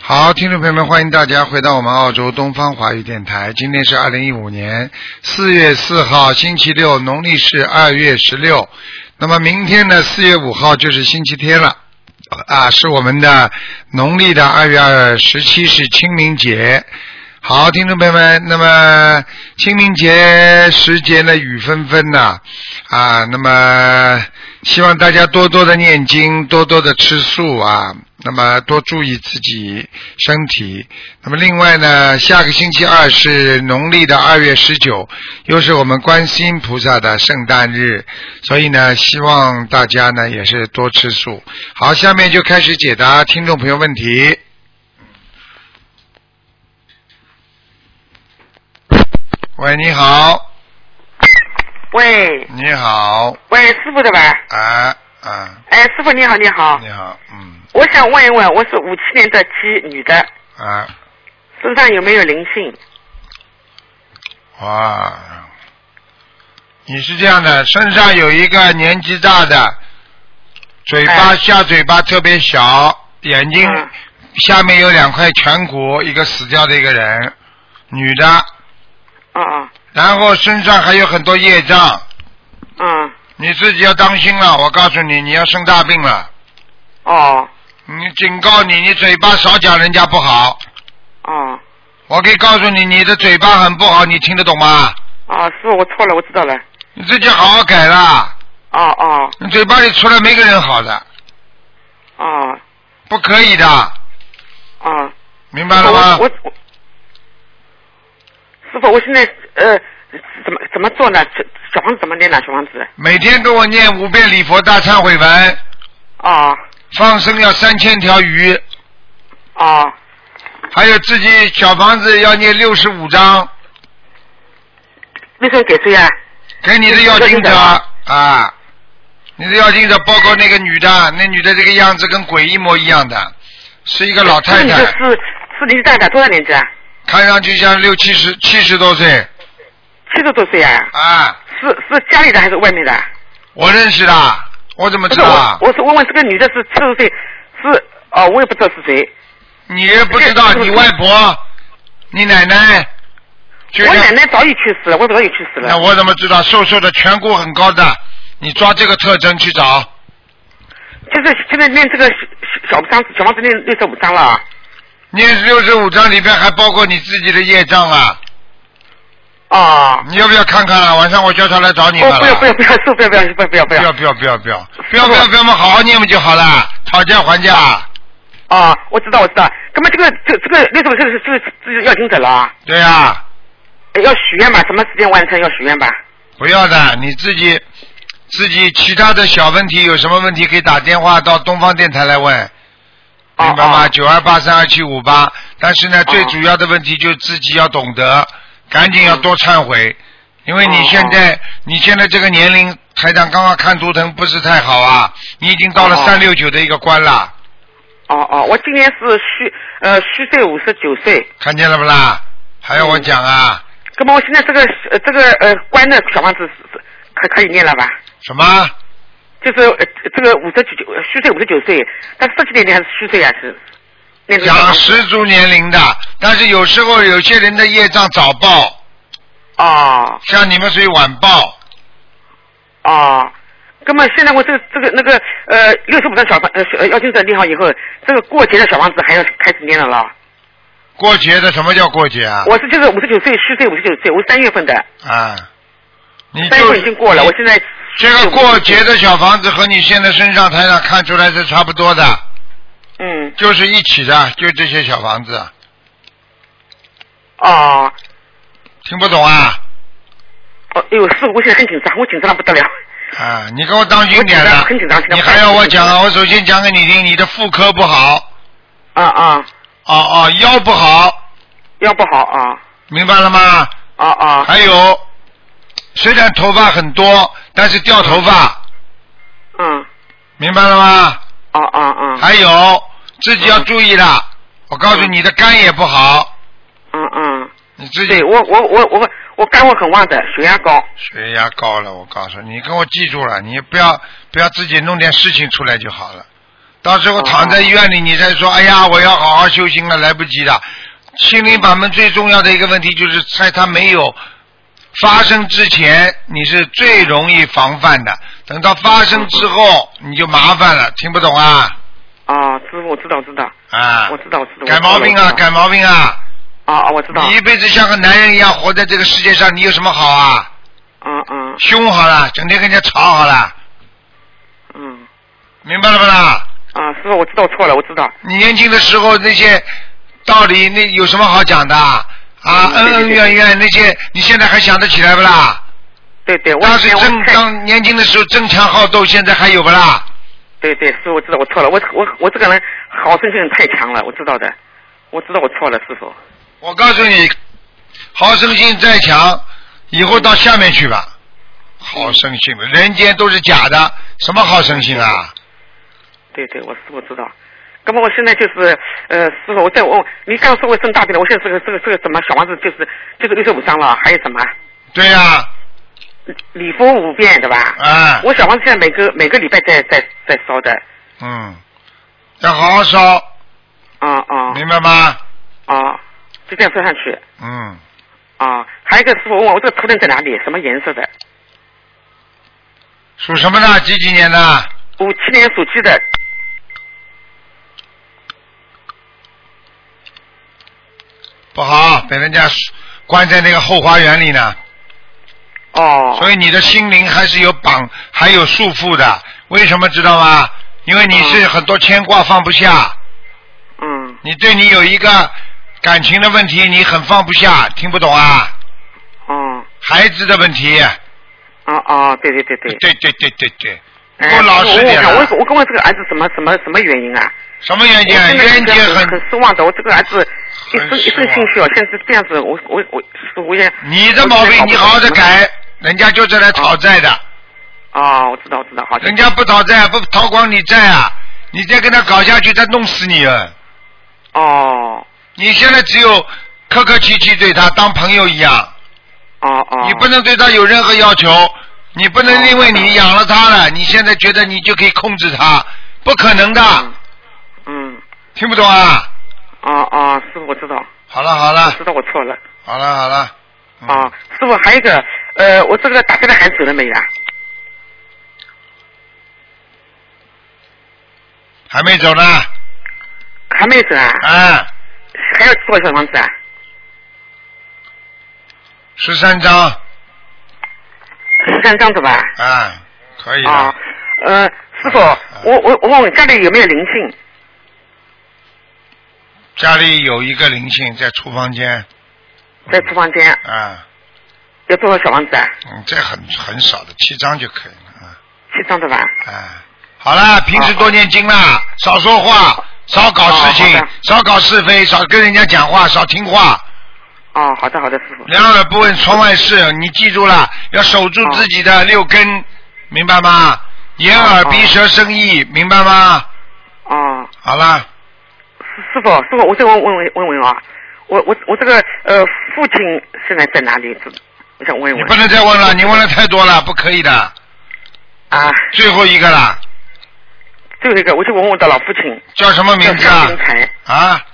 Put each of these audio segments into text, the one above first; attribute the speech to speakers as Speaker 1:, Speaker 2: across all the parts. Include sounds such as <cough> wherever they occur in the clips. Speaker 1: 好，听众朋友们，欢迎大家回到我们澳洲东方华语电台。今天是二零一五年四月四号，星期六，农历是二月十六。那么明天呢，四月五号就是星期天了，啊，是我们的农历的二月二十七是清明节。好，听众朋友们，那么清明节时节呢，雨纷纷呐、啊，那么希望大家多多的念经，多多的吃素啊，那么多注意自己身体。那么另外呢，下个星期二是农历的二月十九，又是我们观世音菩萨的圣诞日，所以呢，希望大家呢也是多吃素。好，下面就开始解答听众朋友问题。喂，你好，
Speaker 2: 喂
Speaker 1: 你好，
Speaker 2: 喂，师傅对吧？
Speaker 1: 啊啊，
Speaker 2: 哎，师傅你好，你好，
Speaker 1: 你好，嗯
Speaker 2: 我想问一问，我是五七年的鸡，女的，
Speaker 1: 啊，
Speaker 2: 身上有没有灵性？
Speaker 1: 哇，你是这样的，身上有一个年纪大的，嘴巴、
Speaker 2: 哎
Speaker 1: 下嘴巴特别小，眼睛、
Speaker 2: 嗯
Speaker 1: 下面有两块颧骨，一个死掉的一个人，女的，
Speaker 2: 嗯嗯
Speaker 1: 然后身上还有很多业障，
Speaker 2: 嗯，
Speaker 1: 你自己要当心了，我告诉你，你要生大病了，
Speaker 2: 哦
Speaker 1: 你警告你，你嘴巴少讲人家不好，
Speaker 2: 哦
Speaker 1: 我可以告诉你，你的嘴巴很不好，你听得懂吗？
Speaker 2: 哦，师傅我错了，我知道了。
Speaker 1: 你自己好好改啦，
Speaker 2: 哦哦
Speaker 1: 你嘴巴里出来没个人好的，
Speaker 2: 哦
Speaker 1: 不可以的，
Speaker 2: 哦，
Speaker 1: 明白了
Speaker 2: 我
Speaker 1: 吗？
Speaker 2: 我我，师傅，我现在呃怎么怎么做呢？小小房子怎么练呢？小房子？
Speaker 1: 每天给我念五遍礼佛大忏悔文，
Speaker 2: 哦
Speaker 1: 放生要三千条鱼，
Speaker 2: 哦
Speaker 1: 还有自己小房子要念六十五章，
Speaker 2: 那时候给谁啊？
Speaker 1: 给你的要经者
Speaker 2: 这个
Speaker 1: 啊，你的要经者报告那个女的，那女的这个样子跟鬼一模一样的，是一个老太
Speaker 2: 这个女的
Speaker 1: 太，
Speaker 2: 是是年纪大的，多少年纪啊？
Speaker 1: 看上去像六七十七十多岁
Speaker 2: 七十多岁啊？
Speaker 1: 啊，
Speaker 2: 是是家里的还是外面的啊？
Speaker 1: 我认识的，我怎么
Speaker 2: 不
Speaker 1: 知
Speaker 2: 是
Speaker 1: 道啊
Speaker 2: 我，？我是问问这个女的是七十岁，是哦，我也不知道是谁。
Speaker 1: 你也不知道
Speaker 2: 这个
Speaker 1: 你外婆、你奶奶，就嗯
Speaker 2: 我奶
Speaker 1: 是
Speaker 2: 奶早已去世了，我早已去世
Speaker 1: 那
Speaker 2: 了。
Speaker 1: 我怎么知道？瘦瘦的，颧骨很高的，你抓这个特征去找。
Speaker 2: 就是现在念这个小小小房子，小房子念六十五章了啊。
Speaker 1: 念六十五章里边还包括你自己的业障啊！
Speaker 2: 哦，
Speaker 1: 你要不要看看啊？晚上我叫他来找你们
Speaker 2: 哦，
Speaker 1: 了。
Speaker 2: 不要不要不要，师傅不要不要不要不要
Speaker 1: 不
Speaker 2: 不
Speaker 1: 要
Speaker 2: 要。
Speaker 1: 不要不要不要不要不要不要嘛！好好念不就好了？讨价还价，
Speaker 2: 哦，我知道我知道。那么这个这这个六十五这个是是是要经者了啊，
Speaker 1: 对呀、啊，
Speaker 2: 呃要许愿吧，什么时间完成要许愿吧？
Speaker 1: 不要的，你自己自己其他的小问题有什么问题可以打电话到东方电台来问。
Speaker 2: 哦
Speaker 1: 明白吗？
Speaker 2: 哦
Speaker 1: 九二八三二七五八，但是呢，
Speaker 2: 哦
Speaker 1: 最主要的问题就是自己要懂得，赶紧
Speaker 2: 嗯
Speaker 1: 要多忏悔，因为你
Speaker 2: 哦
Speaker 1: 现在你现在这个年龄，台长刚刚看图腾不是太好啊，你已经到了
Speaker 2: 哦
Speaker 1: 三六九的一个关了，
Speaker 2: 哦哦，我今年是虚呃虚岁五十九岁，
Speaker 1: 看见了不啦？还要我讲啊？
Speaker 2: 那么我现在这个呃这个呃关的小房子是是可可以念了吧？
Speaker 1: 什么？
Speaker 2: 就是呃这个五十九九虚岁五十九岁，但是这几年你还是虚岁啊是，那个
Speaker 1: 讲十足年龄的，但是有时候有些人的业障早报，
Speaker 2: 哦
Speaker 1: 像你们属于晚报，
Speaker 2: 哦，那么现在我这个这个那个呃六十五张小房呃小妖精者念好以后，这个过节的小房子还要开始念了
Speaker 1: 啊
Speaker 2: 啦。
Speaker 1: 过节的什么叫过节啊？
Speaker 2: 我是就是五十九岁虚岁五十九岁，我是三月份的，
Speaker 1: 啊，你
Speaker 2: 三月
Speaker 1: 就
Speaker 2: 份已经过了，我现在虚
Speaker 1: 这个
Speaker 2: 岁
Speaker 1: 过节
Speaker 2: 59
Speaker 1: 的小房子和你现在身上台上看出来是差不多的，
Speaker 2: 嗯
Speaker 1: 就是一起的，就这些小房子，
Speaker 2: 哦
Speaker 1: 听不懂啊？
Speaker 2: 哦哎呦师傅，我现在很紧张，我紧张的不得了。
Speaker 1: 啊，你给我当心点了
Speaker 2: 我紧张很紧张紧，张
Speaker 1: 你还要我讲啊？我首先讲给你听，你的妇科不好，
Speaker 2: 啊啊，
Speaker 1: 哦哦，腰不好，
Speaker 2: 腰不好啊
Speaker 1: 明白了吗？
Speaker 2: 啊啊
Speaker 1: 还有，虽然头发很多，但是掉头发，
Speaker 2: 嗯
Speaker 1: 明白了吗？
Speaker 2: 啊啊啊
Speaker 1: 还有自己要注意了，我告诉你的肝也不好，
Speaker 2: 嗯嗯。
Speaker 1: 你自己
Speaker 2: 对我我我我我肝火很旺的，血压高。
Speaker 1: 血压高了，我告诉你，你跟我记住了，你不要不要自己弄点事情出来就好了。到时候躺在医院里，你再说，哎
Speaker 2: 哦
Speaker 1: 呀，我要好好修行了，来不及了。心灵法门最重要的一个问题，就是在它没有发生之前，你是最容易防范的；等到发生之后，你就麻烦了。听不懂啊？
Speaker 2: 啊，师傅，我知道，我知道，
Speaker 1: 啊
Speaker 2: 我，知道，我知道。
Speaker 1: 改毛病啊，改毛病啊！
Speaker 2: 啊啊，我知道。
Speaker 1: 你一辈子像个男人一样活在这个世界上，你有什么好啊？
Speaker 2: 嗯嗯
Speaker 1: 凶好了，整天跟人家吵好了，
Speaker 2: 嗯。
Speaker 1: 明白了不啦？
Speaker 2: 啊，师傅，我知道错了，我知道。
Speaker 1: 你年轻的时候那些道理，那有什么好讲的啊？啊，
Speaker 2: 嗯
Speaker 1: 恩
Speaker 2: 对对
Speaker 1: 恩
Speaker 2: 对
Speaker 1: 怨怨那些，你现在还想得起来不啦？
Speaker 2: 对对，我
Speaker 1: 当
Speaker 2: 以
Speaker 1: 时
Speaker 2: 前我
Speaker 1: 争
Speaker 2: 太
Speaker 1: 当年轻的时候争强好斗，现在还有不啦？
Speaker 2: 对对，师傅，我知道我错了，我我我这个人好胜心太强了，我知道的，我知道我错了，师傅。
Speaker 1: 我告诉你，好胜心再强，以后到下面去吧。好胜心了，人间都是假的，什么好胜心啊？
Speaker 2: 对对，我师傅知道。那么我现在就是，呃，师傅，我在我你刚说我生大病了，我现在这个这个这个什么小房子就是就是六十五张了，还有什么
Speaker 1: 对呀、
Speaker 2: 礼佛五遍对吧？
Speaker 1: 啊，
Speaker 2: 我小房子现在每个每个礼拜在在在烧的，
Speaker 1: 嗯，要好好烧，
Speaker 2: 啊啊
Speaker 1: 明白吗？
Speaker 2: 啊，就这样烧上去
Speaker 1: 嗯，
Speaker 2: 啊。还有一个师傅问我，我这个图腾在哪里？什么颜色的？
Speaker 1: 属什么的？几几年的？
Speaker 2: 五七年属鸡的，
Speaker 1: 不好，被人家关在那个后花园里呢。
Speaker 2: 哦，
Speaker 1: 所以你的心灵还是有绑，还有束缚的。为什么知道吗？因为你是很多牵挂放不
Speaker 2: 哦
Speaker 1: 下，
Speaker 2: 嗯，
Speaker 1: 你对你有一个感情的问题，你很放不下，听不懂啊？
Speaker 2: 哦，
Speaker 1: 孩子的问题，
Speaker 2: 啊啊，对对对对。
Speaker 1: 对对对对对，
Speaker 2: 哎
Speaker 1: 给我老实点啊
Speaker 2: 我我我跟我这个儿子什么什么什么原因啊？
Speaker 1: 什么冤
Speaker 2: 我
Speaker 1: 结？
Speaker 2: 真的
Speaker 1: 冤
Speaker 2: 是
Speaker 1: 结
Speaker 2: 很
Speaker 1: 很，
Speaker 2: 很失望的，我这个儿子一
Speaker 1: 很
Speaker 2: 生一
Speaker 1: 失
Speaker 2: 生
Speaker 1: 望
Speaker 2: 兴趣哦，现在这样子，我我我是我也
Speaker 1: 你的毛病你好好的改，人家就是来讨债的。
Speaker 2: 啊、哦，我知道我知道，好，
Speaker 1: 人家不讨债，不讨光你债啊！你再跟他搞下去，他弄死你啊！
Speaker 2: 哦
Speaker 1: 你现在只有客客气气对他，当朋友一样，
Speaker 2: 哦哦，
Speaker 1: 你不能对他有任何要求，你不能因为你养了他
Speaker 2: 啊
Speaker 1: 了，你现在觉得你就可以控制他，不可能的，
Speaker 2: 嗯
Speaker 1: 听不懂啊？
Speaker 2: 啊啊、师傅我知道，
Speaker 1: 好了好
Speaker 2: 我
Speaker 1: 了
Speaker 2: 知道我错了
Speaker 1: 好了好了，嗯
Speaker 2: 嗯啊、师傅还有一个呃，我这个打胎的孩子走了没呀？
Speaker 1: 还没走呢，
Speaker 2: 还没走啊？
Speaker 1: 啊，
Speaker 2: 还要多少小房子啊？
Speaker 1: 十三张，
Speaker 2: 十三张对吧？
Speaker 1: 啊，可以的，
Speaker 2: 啊，呃，师傅
Speaker 1: 啊，
Speaker 2: 我我我问问家里有没有灵性？
Speaker 1: 家里有一个灵性在厨房间，
Speaker 2: 在厨房间
Speaker 1: 啊，
Speaker 2: 有多少小房子啊？
Speaker 1: 嗯，这很很少的，七张就可以了，啊。
Speaker 2: 七张对吧？
Speaker 1: 哎，好了，平时多念经啦，少说话，少搞事情
Speaker 2: 哦好的，
Speaker 1: 少搞是非，少跟人家讲话，少听话，
Speaker 2: 哦，好的好的，师傅。
Speaker 1: 两耳不闻窗外事。你记住了，要守住自己的六根，明白吗？眼耳鼻舌身意，明白吗？
Speaker 2: 哦，
Speaker 1: 好了，
Speaker 2: 师师傅，师傅，我再问问问问问啊，我我我这个呃父亲现在在哪里？这我想问一
Speaker 1: 你
Speaker 2: 问
Speaker 1: 不能再问了，你问了太多了，不可以的。
Speaker 2: 啊。
Speaker 1: 最后一个了，
Speaker 2: 最后一个，我就问我的老父亲
Speaker 1: 叫什么
Speaker 2: 叫
Speaker 1: 名字
Speaker 2: 向
Speaker 1: 啊
Speaker 2: 兵？才，
Speaker 1: 啊，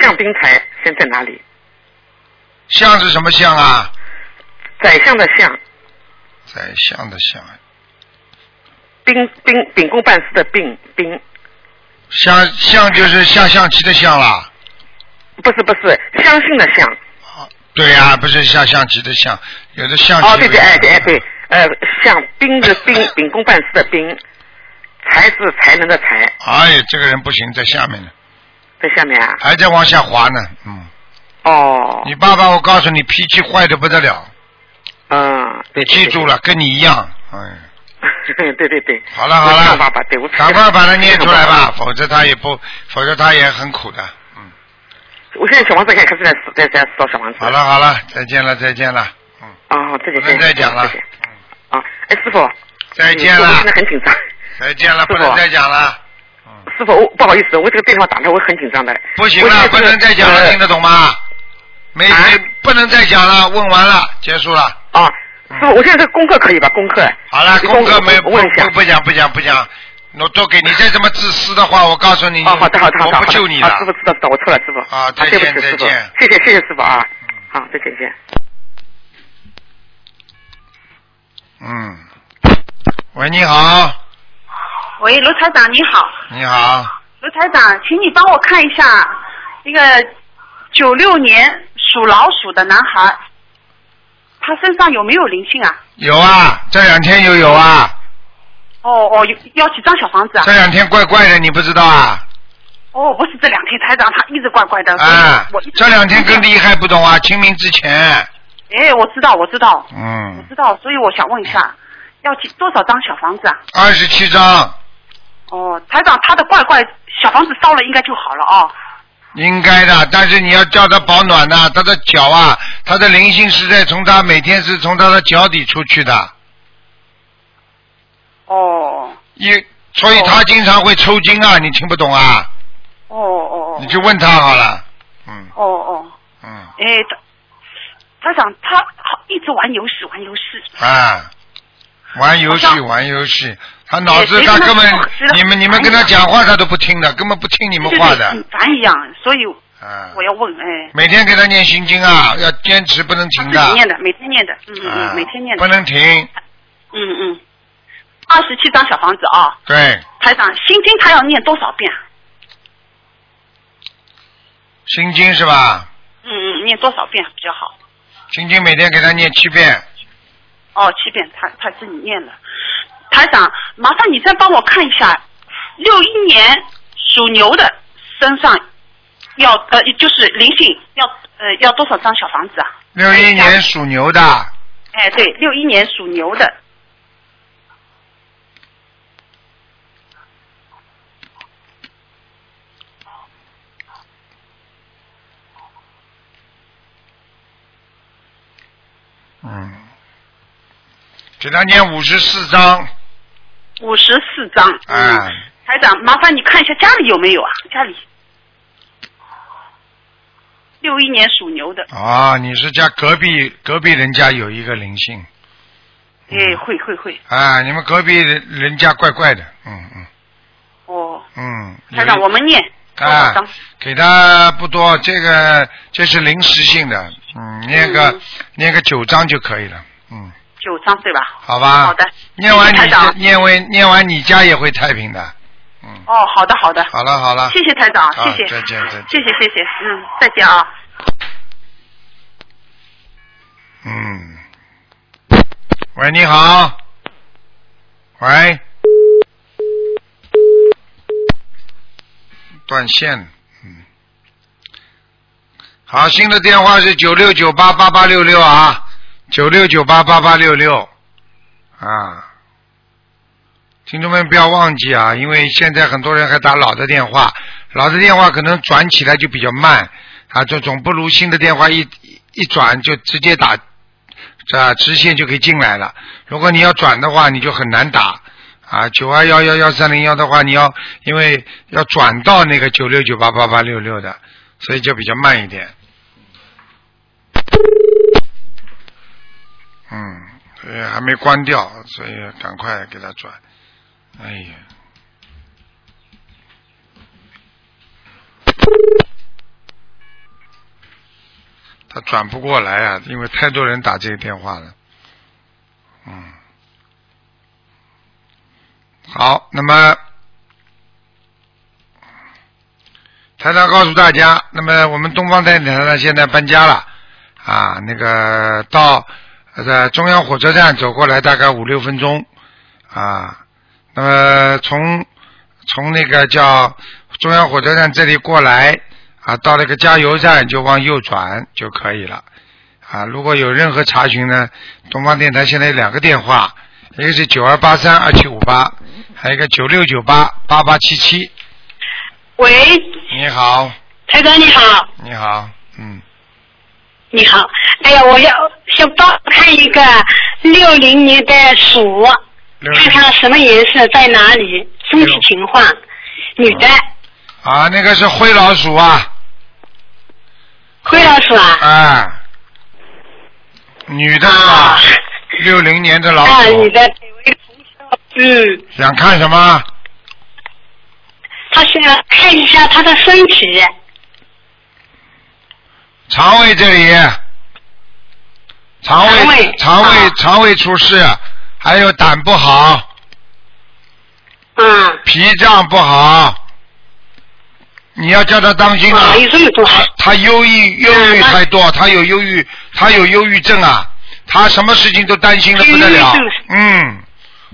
Speaker 2: 向兵才现在在哪里？
Speaker 1: 像是什么像啊？
Speaker 2: 宰相的相，
Speaker 1: 宰相的相，
Speaker 2: 兵兵秉公办事的兵兵，
Speaker 1: 像像就是下象棋的象啦。
Speaker 2: 不是不是相信的相。
Speaker 1: 啊对呀、不是下象棋的象，有的象棋。
Speaker 2: 哦，对对，哎对哎对，呃，像兵是兵，秉公办事的兵，才是才能的才，
Speaker 1: 哎呀，这个人不行，在下面呢，
Speaker 2: 在下面啊。
Speaker 1: 还在往下滑呢。嗯，
Speaker 2: 哦，
Speaker 1: 你爸爸，我告诉你，脾气坏的不得了，
Speaker 2: 嗯，对，对
Speaker 1: 记住。了，跟你一样。哎，
Speaker 2: 对对对对。
Speaker 1: 好了好
Speaker 2: 我
Speaker 1: 了
Speaker 2: 向爸爸，对我
Speaker 1: 赶快把它念出来
Speaker 2: 向爸
Speaker 1: 吧
Speaker 2: 爸，
Speaker 1: 否则他也不，否则他也很苦的。嗯，
Speaker 2: 我现在小王子看开始在在在烧小王子。
Speaker 1: 好了好了，再见了再见了，嗯，
Speaker 2: 啊，好，这就
Speaker 1: 不能再讲了
Speaker 2: 谢谢啊，哎，师傅。
Speaker 1: 再见
Speaker 2: 我
Speaker 1: 了
Speaker 2: 现在很紧张，
Speaker 1: 再见了，
Speaker 2: 师
Speaker 1: 不
Speaker 2: 傅
Speaker 1: 能再讲了，
Speaker 2: 师傅，我不好意思，我这个电话打来我很紧张的。
Speaker 1: 不行
Speaker 2: 我现
Speaker 1: 了，
Speaker 2: 在
Speaker 1: 不能再讲了，
Speaker 2: 呃
Speaker 1: 听得懂吗？没
Speaker 2: 啊
Speaker 1: 没，不能再讲了，问完了，结束了。
Speaker 2: 啊啊，师傅，我现在这个功课可以吧？功课。
Speaker 1: 嗯好了，功课没
Speaker 2: 我
Speaker 1: 不
Speaker 2: 问一下
Speaker 1: 不不讲不讲不讲，我都给你再这么自私的话，我告诉你，
Speaker 2: 哦，好的好的好的，
Speaker 1: 我
Speaker 2: 好
Speaker 1: 不
Speaker 2: 的
Speaker 1: 救你
Speaker 2: 好
Speaker 1: 了。
Speaker 2: 师傅知道知道，我错了，师傅。
Speaker 1: 啊再
Speaker 2: 对不
Speaker 1: 见
Speaker 2: 起，
Speaker 1: 再
Speaker 2: 师傅
Speaker 1: 见，
Speaker 2: 谢谢谢谢师傅啊，好，再见再见。
Speaker 1: 嗯，喂，你好，
Speaker 3: 喂，卢台长你好，
Speaker 1: 你好，
Speaker 3: 卢台长，请你帮我看一下一个九六年属老鼠的男孩，他身上有没有灵性啊？
Speaker 1: 有啊，这两天又有啊，
Speaker 3: 哦哦，有要几张小房子啊
Speaker 1: 这？两天怪怪的，你不知道啊？
Speaker 3: 哦，不是这两天台长他一直怪怪的，所以
Speaker 1: 啊
Speaker 3: 我一，直
Speaker 1: 这两天更厉害，不懂啊？清明之前，
Speaker 3: 哎，我知道我知道我
Speaker 1: 嗯，
Speaker 3: 知道，所以我想问一下，要几多少张小房子啊？
Speaker 1: 二十七张，
Speaker 3: 哦，台长他的怪怪小房子烧了应该就好了啊、
Speaker 1: 应该的，但是你要叫他保暖呐、他的脚啊，他的灵性是在从他每天是从他的脚底出去的，
Speaker 3: 哦
Speaker 1: 一，所以他经常会抽筋啊，你听不懂啊？
Speaker 3: 哦哦
Speaker 1: 你
Speaker 3: 哦
Speaker 1: 去问他好了，嗯
Speaker 3: 哦哦，
Speaker 1: 嗯
Speaker 3: 哎，他他想他好一直玩游戏玩游戏。
Speaker 1: 啊，玩游
Speaker 3: 好
Speaker 1: 戏
Speaker 3: 像
Speaker 1: 玩游戏，他脑子
Speaker 3: 对
Speaker 1: 他
Speaker 3: 谁
Speaker 1: 根
Speaker 3: 跟他
Speaker 1: 本
Speaker 3: 说我知道
Speaker 1: 你们你们跟他讲话他都不听的，根本不听你们
Speaker 3: 对
Speaker 1: 话
Speaker 3: 哎对
Speaker 1: 的，
Speaker 3: 嗯烦一样，所以
Speaker 1: 啊
Speaker 3: 我，要问，哎，
Speaker 1: 每天给他念心经啊，要坚持不能
Speaker 3: 他
Speaker 1: 停
Speaker 3: 自
Speaker 1: 的，
Speaker 3: 己念的，每天念的，嗯嗯
Speaker 1: 啊
Speaker 3: 嗯，每天念的
Speaker 1: 不，能停，
Speaker 3: 嗯嗯，二十七张小房子啊，
Speaker 1: 对，
Speaker 3: 台长，心经他要念多少遍啊？
Speaker 1: 心经是吧？
Speaker 3: 嗯嗯，念多少遍比较好？
Speaker 1: 心经每天给他念七遍，
Speaker 3: 哦，七遍，他他自己念了。台长，麻烦你再帮我看一下，六一年属牛的身上要呃，就是灵性要呃要多少张小房子啊？
Speaker 1: 六一年属牛的，
Speaker 3: 哎，对，六一年属牛的，
Speaker 1: 嗯，给他念五十四章，
Speaker 3: 五十四张。嗯
Speaker 1: 哎，
Speaker 3: 台长，麻烦你看一下家里有没有啊？家里，六一年属牛的，
Speaker 1: 啊，你是家隔壁隔壁人家有一个灵性，嗯
Speaker 3: 哎，会会会，
Speaker 1: 啊，你们隔壁人人家怪怪的，嗯嗯
Speaker 3: 哦，
Speaker 1: 嗯，有
Speaker 3: 台长，
Speaker 1: 一
Speaker 3: 我们念多
Speaker 1: 啊
Speaker 3: 少张？，
Speaker 1: 给他不多，这个这是临时性的，嗯，念个、
Speaker 3: 嗯
Speaker 1: 念个九章就可以了，嗯，
Speaker 3: 九张对吧？
Speaker 1: 好吧，
Speaker 3: 好的
Speaker 1: 念完
Speaker 3: 谢谢台长
Speaker 1: 你念完念完你家也会太平的，嗯，
Speaker 3: 哦，好的好的，
Speaker 1: 好了好了，
Speaker 3: 谢谢台长，
Speaker 1: 好
Speaker 3: 谢谢，
Speaker 1: 再见再见
Speaker 3: 谢谢谢谢，嗯，再见啊。
Speaker 1: 嗯，喂，你好，喂，断线，嗯，好，新的电话是九六九八八八六六啊，九六九八八八六六，啊，听众们不要忘记啊，因为现在很多人还打老的电话，老的电话可能转起来就比较慢啊，这总不如新的电话一一一转就直接打，啊直线就可以进来了。如果你要转的话，你就很难打啊。九二幺幺幺三零幺的话，你要因为要转到那个九六九八八八六六的，所以就比较慢一点。嗯，所以还没关掉，所以赶快给它转。哎呀。他转不过来啊，因为太多人打这个电话了。嗯，好，那么台长告诉大家，那么我们东方电台呢现在搬家了啊，那个到呃中央火车站走过来大概五六分钟啊，那么从从那个叫中央火车站这里过来啊，到那个加油站就往右转就可以了。啊，如果有任何查询呢，东方电台现在有两个电话，一个是九二八三二七五八，还有一个九六九八八八七七。
Speaker 4: 喂，
Speaker 1: 你好，
Speaker 4: 台长你好，
Speaker 1: 你好，嗯，
Speaker 4: 你好，哎呀，我要想帮我看一个六零年的鼠，
Speaker 1: 六
Speaker 4: 看看什么颜色，在哪里，身体情况，女的，
Speaker 1: 啊，那个是灰老鼠啊，
Speaker 4: 灰老鼠啊，
Speaker 1: 啊，女的是吧
Speaker 4: 啊？
Speaker 1: 六零年的老
Speaker 4: 啊，
Speaker 1: 鼠
Speaker 4: 女，的，嗯，
Speaker 1: 想看什么？
Speaker 4: 他想看一下他的身体，
Speaker 1: 肠胃这里，肠
Speaker 4: 肠
Speaker 1: 胃
Speaker 4: 胃
Speaker 1: 肠胃
Speaker 4: 啊
Speaker 1: 肠胃出事，还有胆不好，
Speaker 4: 嗯，
Speaker 1: 脾脏不好，你要叫他当心啊
Speaker 4: 啊，。有这么多，
Speaker 1: 他他忧郁忧郁
Speaker 4: 嗯他
Speaker 1: 太多，他有忧郁，他有忧郁症啊，他什么事情都担心的不得了
Speaker 4: 忧郁症。
Speaker 1: 嗯，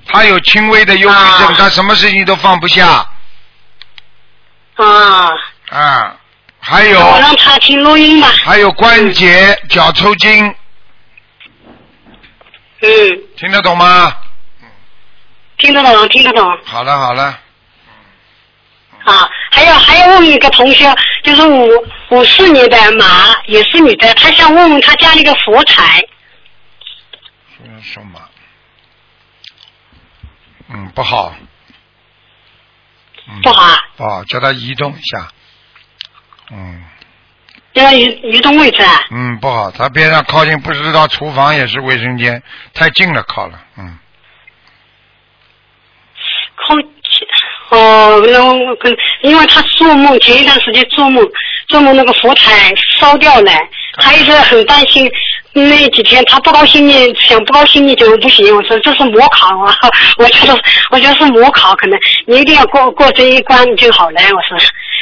Speaker 1: 他有轻微的忧郁症，
Speaker 4: 啊
Speaker 1: 他什么事情都放不下
Speaker 4: 啊，
Speaker 1: 啊。还有
Speaker 4: 我让他听录音吧，
Speaker 1: 还有关节脚抽筋，
Speaker 4: 嗯，
Speaker 1: 听得懂吗？
Speaker 4: 听得懂，听得懂，
Speaker 1: 好了好了，
Speaker 4: 啊，还有还要问一个同学，就是五五四年的马，也是女的，她想问问她家里的佛台，
Speaker 1: 属马，嗯，不好，嗯、
Speaker 4: 不好啊，
Speaker 1: 不好，叫他移动一下，嗯。
Speaker 4: 要移移动位置啊，
Speaker 1: 嗯，不好，他边上靠近不知道厨房也是卫生间，太近了靠了，嗯，
Speaker 4: 空气，哦，那我跟，因为他做梦，前一段时间做梦，做梦那个佛台烧掉了，他一直很担心。那几天他不高兴念，想不高兴念就不行。我说这是魔考啊， <laughs> 我觉得我觉得是魔考，可能你一定要过过这一关就好了。我说，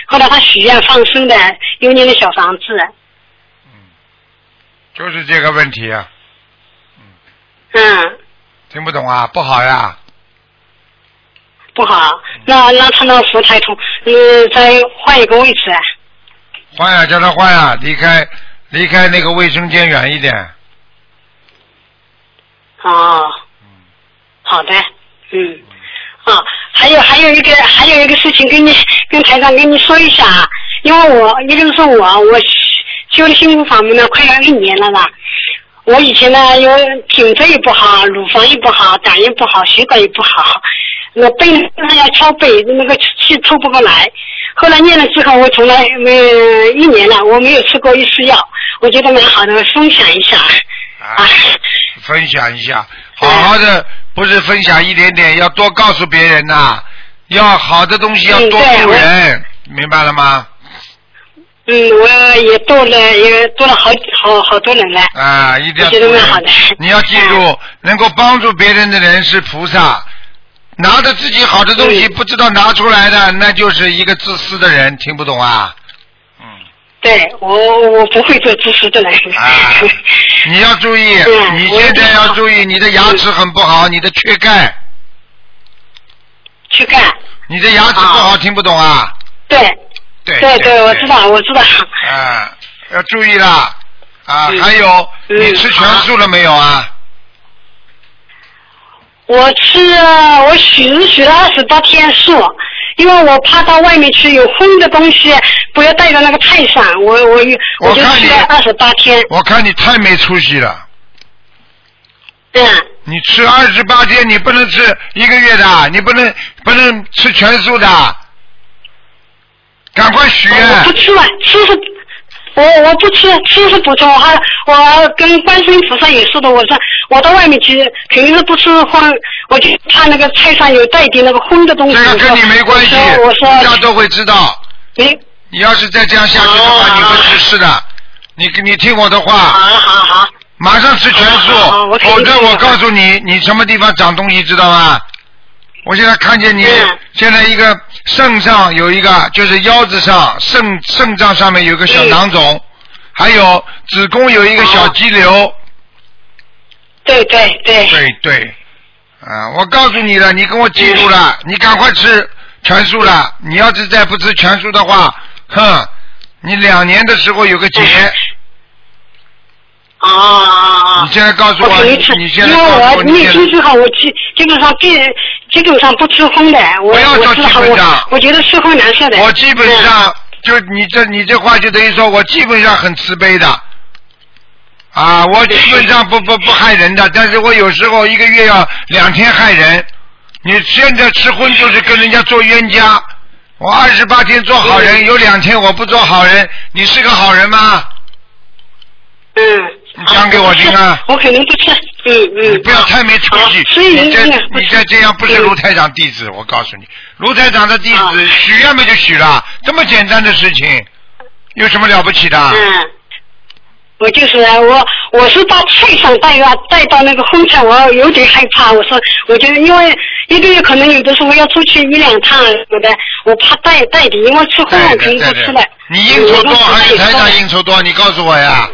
Speaker 4: 后来他许愿放生的，又念了小房子，
Speaker 1: 就是这个问题啊，
Speaker 4: 嗯，
Speaker 1: 听不懂啊，不好呀，
Speaker 4: 不好。那那他那个佛台同，嗯，再换一个位置啊。
Speaker 1: 换呀，叫他换呀，离开离开那个卫生间远一点，
Speaker 4: 哦，
Speaker 1: 嗯
Speaker 4: 好的，嗯，啊，还有还有一个还有一个事情跟你跟台长跟你说一下啊，因为我一个是我我修了心灵法门呢，快要一年了吧。我以前呢，有颈椎也不好，乳房也不好，胆也不好，血管也不好，那背呢要敲背，那个气透不过来。后来念了之后，我从来没有一年了，我没有吃过一次药，我觉得蛮好的，分享一下
Speaker 1: 啊
Speaker 4: 啊。
Speaker 1: 分享一下，好好的，不是分享一点点，要多告诉别人呐、要好的东西要
Speaker 4: 嗯
Speaker 1: 多
Speaker 4: 对
Speaker 1: 助
Speaker 4: 我
Speaker 1: 人，明白了吗？
Speaker 4: 嗯，我也多了，也多了好好好多人了。
Speaker 1: 啊，一定要
Speaker 4: 我觉得
Speaker 1: 注意
Speaker 4: 蛮好的嗯
Speaker 1: 你要记住，能够帮助别人的人是菩萨，拿着自己好的东西
Speaker 4: 嗯
Speaker 1: 不知道拿出来的，那就是一个自私的人，听不懂啊？
Speaker 4: 对我，我不会做自私的人。
Speaker 1: 啊你要注意，
Speaker 4: 嗯
Speaker 1: 你
Speaker 4: 我
Speaker 1: 现在要
Speaker 4: 知道
Speaker 1: 注意，你的牙齿很不好，你的缺钙，
Speaker 4: <laughs> 去干，
Speaker 1: 你的牙齿不好，
Speaker 4: 啊
Speaker 1: 听不懂啊？
Speaker 4: 对
Speaker 1: 对
Speaker 4: 对对，我知。道，我知道。
Speaker 1: 啊，要注意啦！啊，
Speaker 4: 嗯
Speaker 1: 还有，你
Speaker 4: 嗯
Speaker 1: 吃全素了没有啊？
Speaker 4: 我吃了，我许是许了二十八天素，因为我怕到外面去有荤的东西，不要带到那个菜上。我我
Speaker 1: 我
Speaker 4: 就
Speaker 1: 看你
Speaker 4: 许了二十八天。
Speaker 1: 我看你太没出息了。
Speaker 4: 嗯，
Speaker 1: 你吃二十八天，你不能吃一个月的，你不能不能吃全素的，赶快许
Speaker 4: 我不
Speaker 1: 愿。
Speaker 4: 吃了，吃是。我我不吃，吃是不吃，我还我跟观世音菩萨也说的，我说我到外面去肯定是不吃荤，我就怕那个菜上有带一点那个荤的东西。
Speaker 1: 这个跟你没关系，
Speaker 4: 我说
Speaker 1: 大
Speaker 4: 我
Speaker 1: 家
Speaker 4: 说
Speaker 1: 都会知道。
Speaker 4: 没，
Speaker 1: 你要是再这样下去的话，
Speaker 4: 哦
Speaker 1: 你会出事的。你你听我的
Speaker 4: 好
Speaker 1: 话，
Speaker 4: 好好，
Speaker 1: 马上吃全素
Speaker 4: 好好啊好，我肯定
Speaker 1: 否则
Speaker 4: 听你
Speaker 1: 我
Speaker 4: 的
Speaker 1: 告诉你，你什么地方长东西知道吗？我现在看见你
Speaker 4: 嗯
Speaker 1: 现在一个肾上有一个，就是腰子上肾肾脏上面有一个小
Speaker 4: 嗯
Speaker 1: 囊肿，还有子宫有一个小
Speaker 4: 哦
Speaker 1: 肌瘤。
Speaker 4: 对对对，
Speaker 1: 对对，啊，我告诉你了，你跟我记住了，
Speaker 4: 嗯
Speaker 1: 你赶快吃全素了。你要是再不吃全素的话，哼，你两年的时候有个结。
Speaker 4: 嗯啊啊啊
Speaker 1: 你！现在告诉
Speaker 4: 我
Speaker 1: 我，
Speaker 4: 肯定
Speaker 1: 你
Speaker 4: 吃，
Speaker 1: 你
Speaker 4: 因
Speaker 1: 现在
Speaker 4: 为
Speaker 1: 告诉我，
Speaker 4: 我
Speaker 1: 你
Speaker 4: 念
Speaker 1: 现
Speaker 4: 经
Speaker 1: 在
Speaker 4: 之后，我基基本上必基本上不吃荤的，我
Speaker 1: 不要
Speaker 4: 我
Speaker 1: 找
Speaker 4: 知道
Speaker 1: 基本上
Speaker 4: 我我觉得吃荤难受的。
Speaker 1: 我基本上就你这你这话就等于说我基本上很慈悲的。啊，我基本上不不不害人的，但是我有时候一个月要两天害人。你现在吃荤就是跟人家做冤家。我二十八天做好人，有两天我不做好人，你是个好人吗？
Speaker 4: 嗯，嗯
Speaker 1: 你讲给我听啊！
Speaker 4: 我可能不是，嗯嗯。
Speaker 1: 你不要太没出息，
Speaker 4: 所以
Speaker 1: 哦你这
Speaker 4: 您
Speaker 1: 你这这样不
Speaker 4: 嗯
Speaker 1: 是卢台长弟子，我告诉你，卢台长的弟子许愿嘛就许了，这么简单的事情，有什么了不起的？
Speaker 4: 嗯，我就是啊我，我是把菜上带到带到那个烘菜，我有点害怕。我说，我就因为一个月可能有的时候要出去一两趟什么的，我怕带带的，因为吃荤我
Speaker 1: 对
Speaker 4: 肯定
Speaker 1: 的
Speaker 4: 不
Speaker 1: 对
Speaker 4: 吃
Speaker 1: 的
Speaker 4: 了。，
Speaker 1: 你应酬多还是台长
Speaker 4: 应？
Speaker 1: 应酬多？你告诉我呀，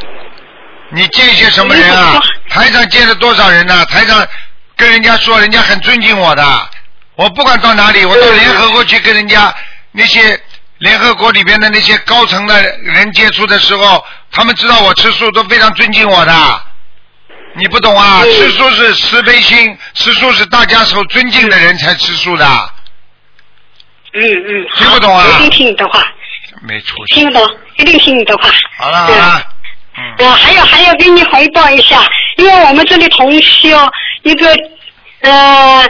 Speaker 1: 你见些什么人
Speaker 4: 我应酬
Speaker 1: 啊
Speaker 4: 多？
Speaker 1: 台长见了多少人呢、台长跟人家说，人家很尊敬我的，我不管到哪里，我到联合国去跟人家那些联合国里边的那些高层的人接触的时候，他们知道我吃素，都非常尊敬我的。你不懂啊，
Speaker 4: 嗯
Speaker 1: 吃素是慈悲心，吃素是大家受尊敬的人才吃素的，
Speaker 4: 嗯嗯，
Speaker 1: 听不懂啊
Speaker 4: 我一定听你的话，
Speaker 1: 没出息。
Speaker 4: 听得懂，一定听你的话。
Speaker 1: 好了好了，嗯。
Speaker 4: 呃，还有还要给你回报一下，因为我们这里同修一个呃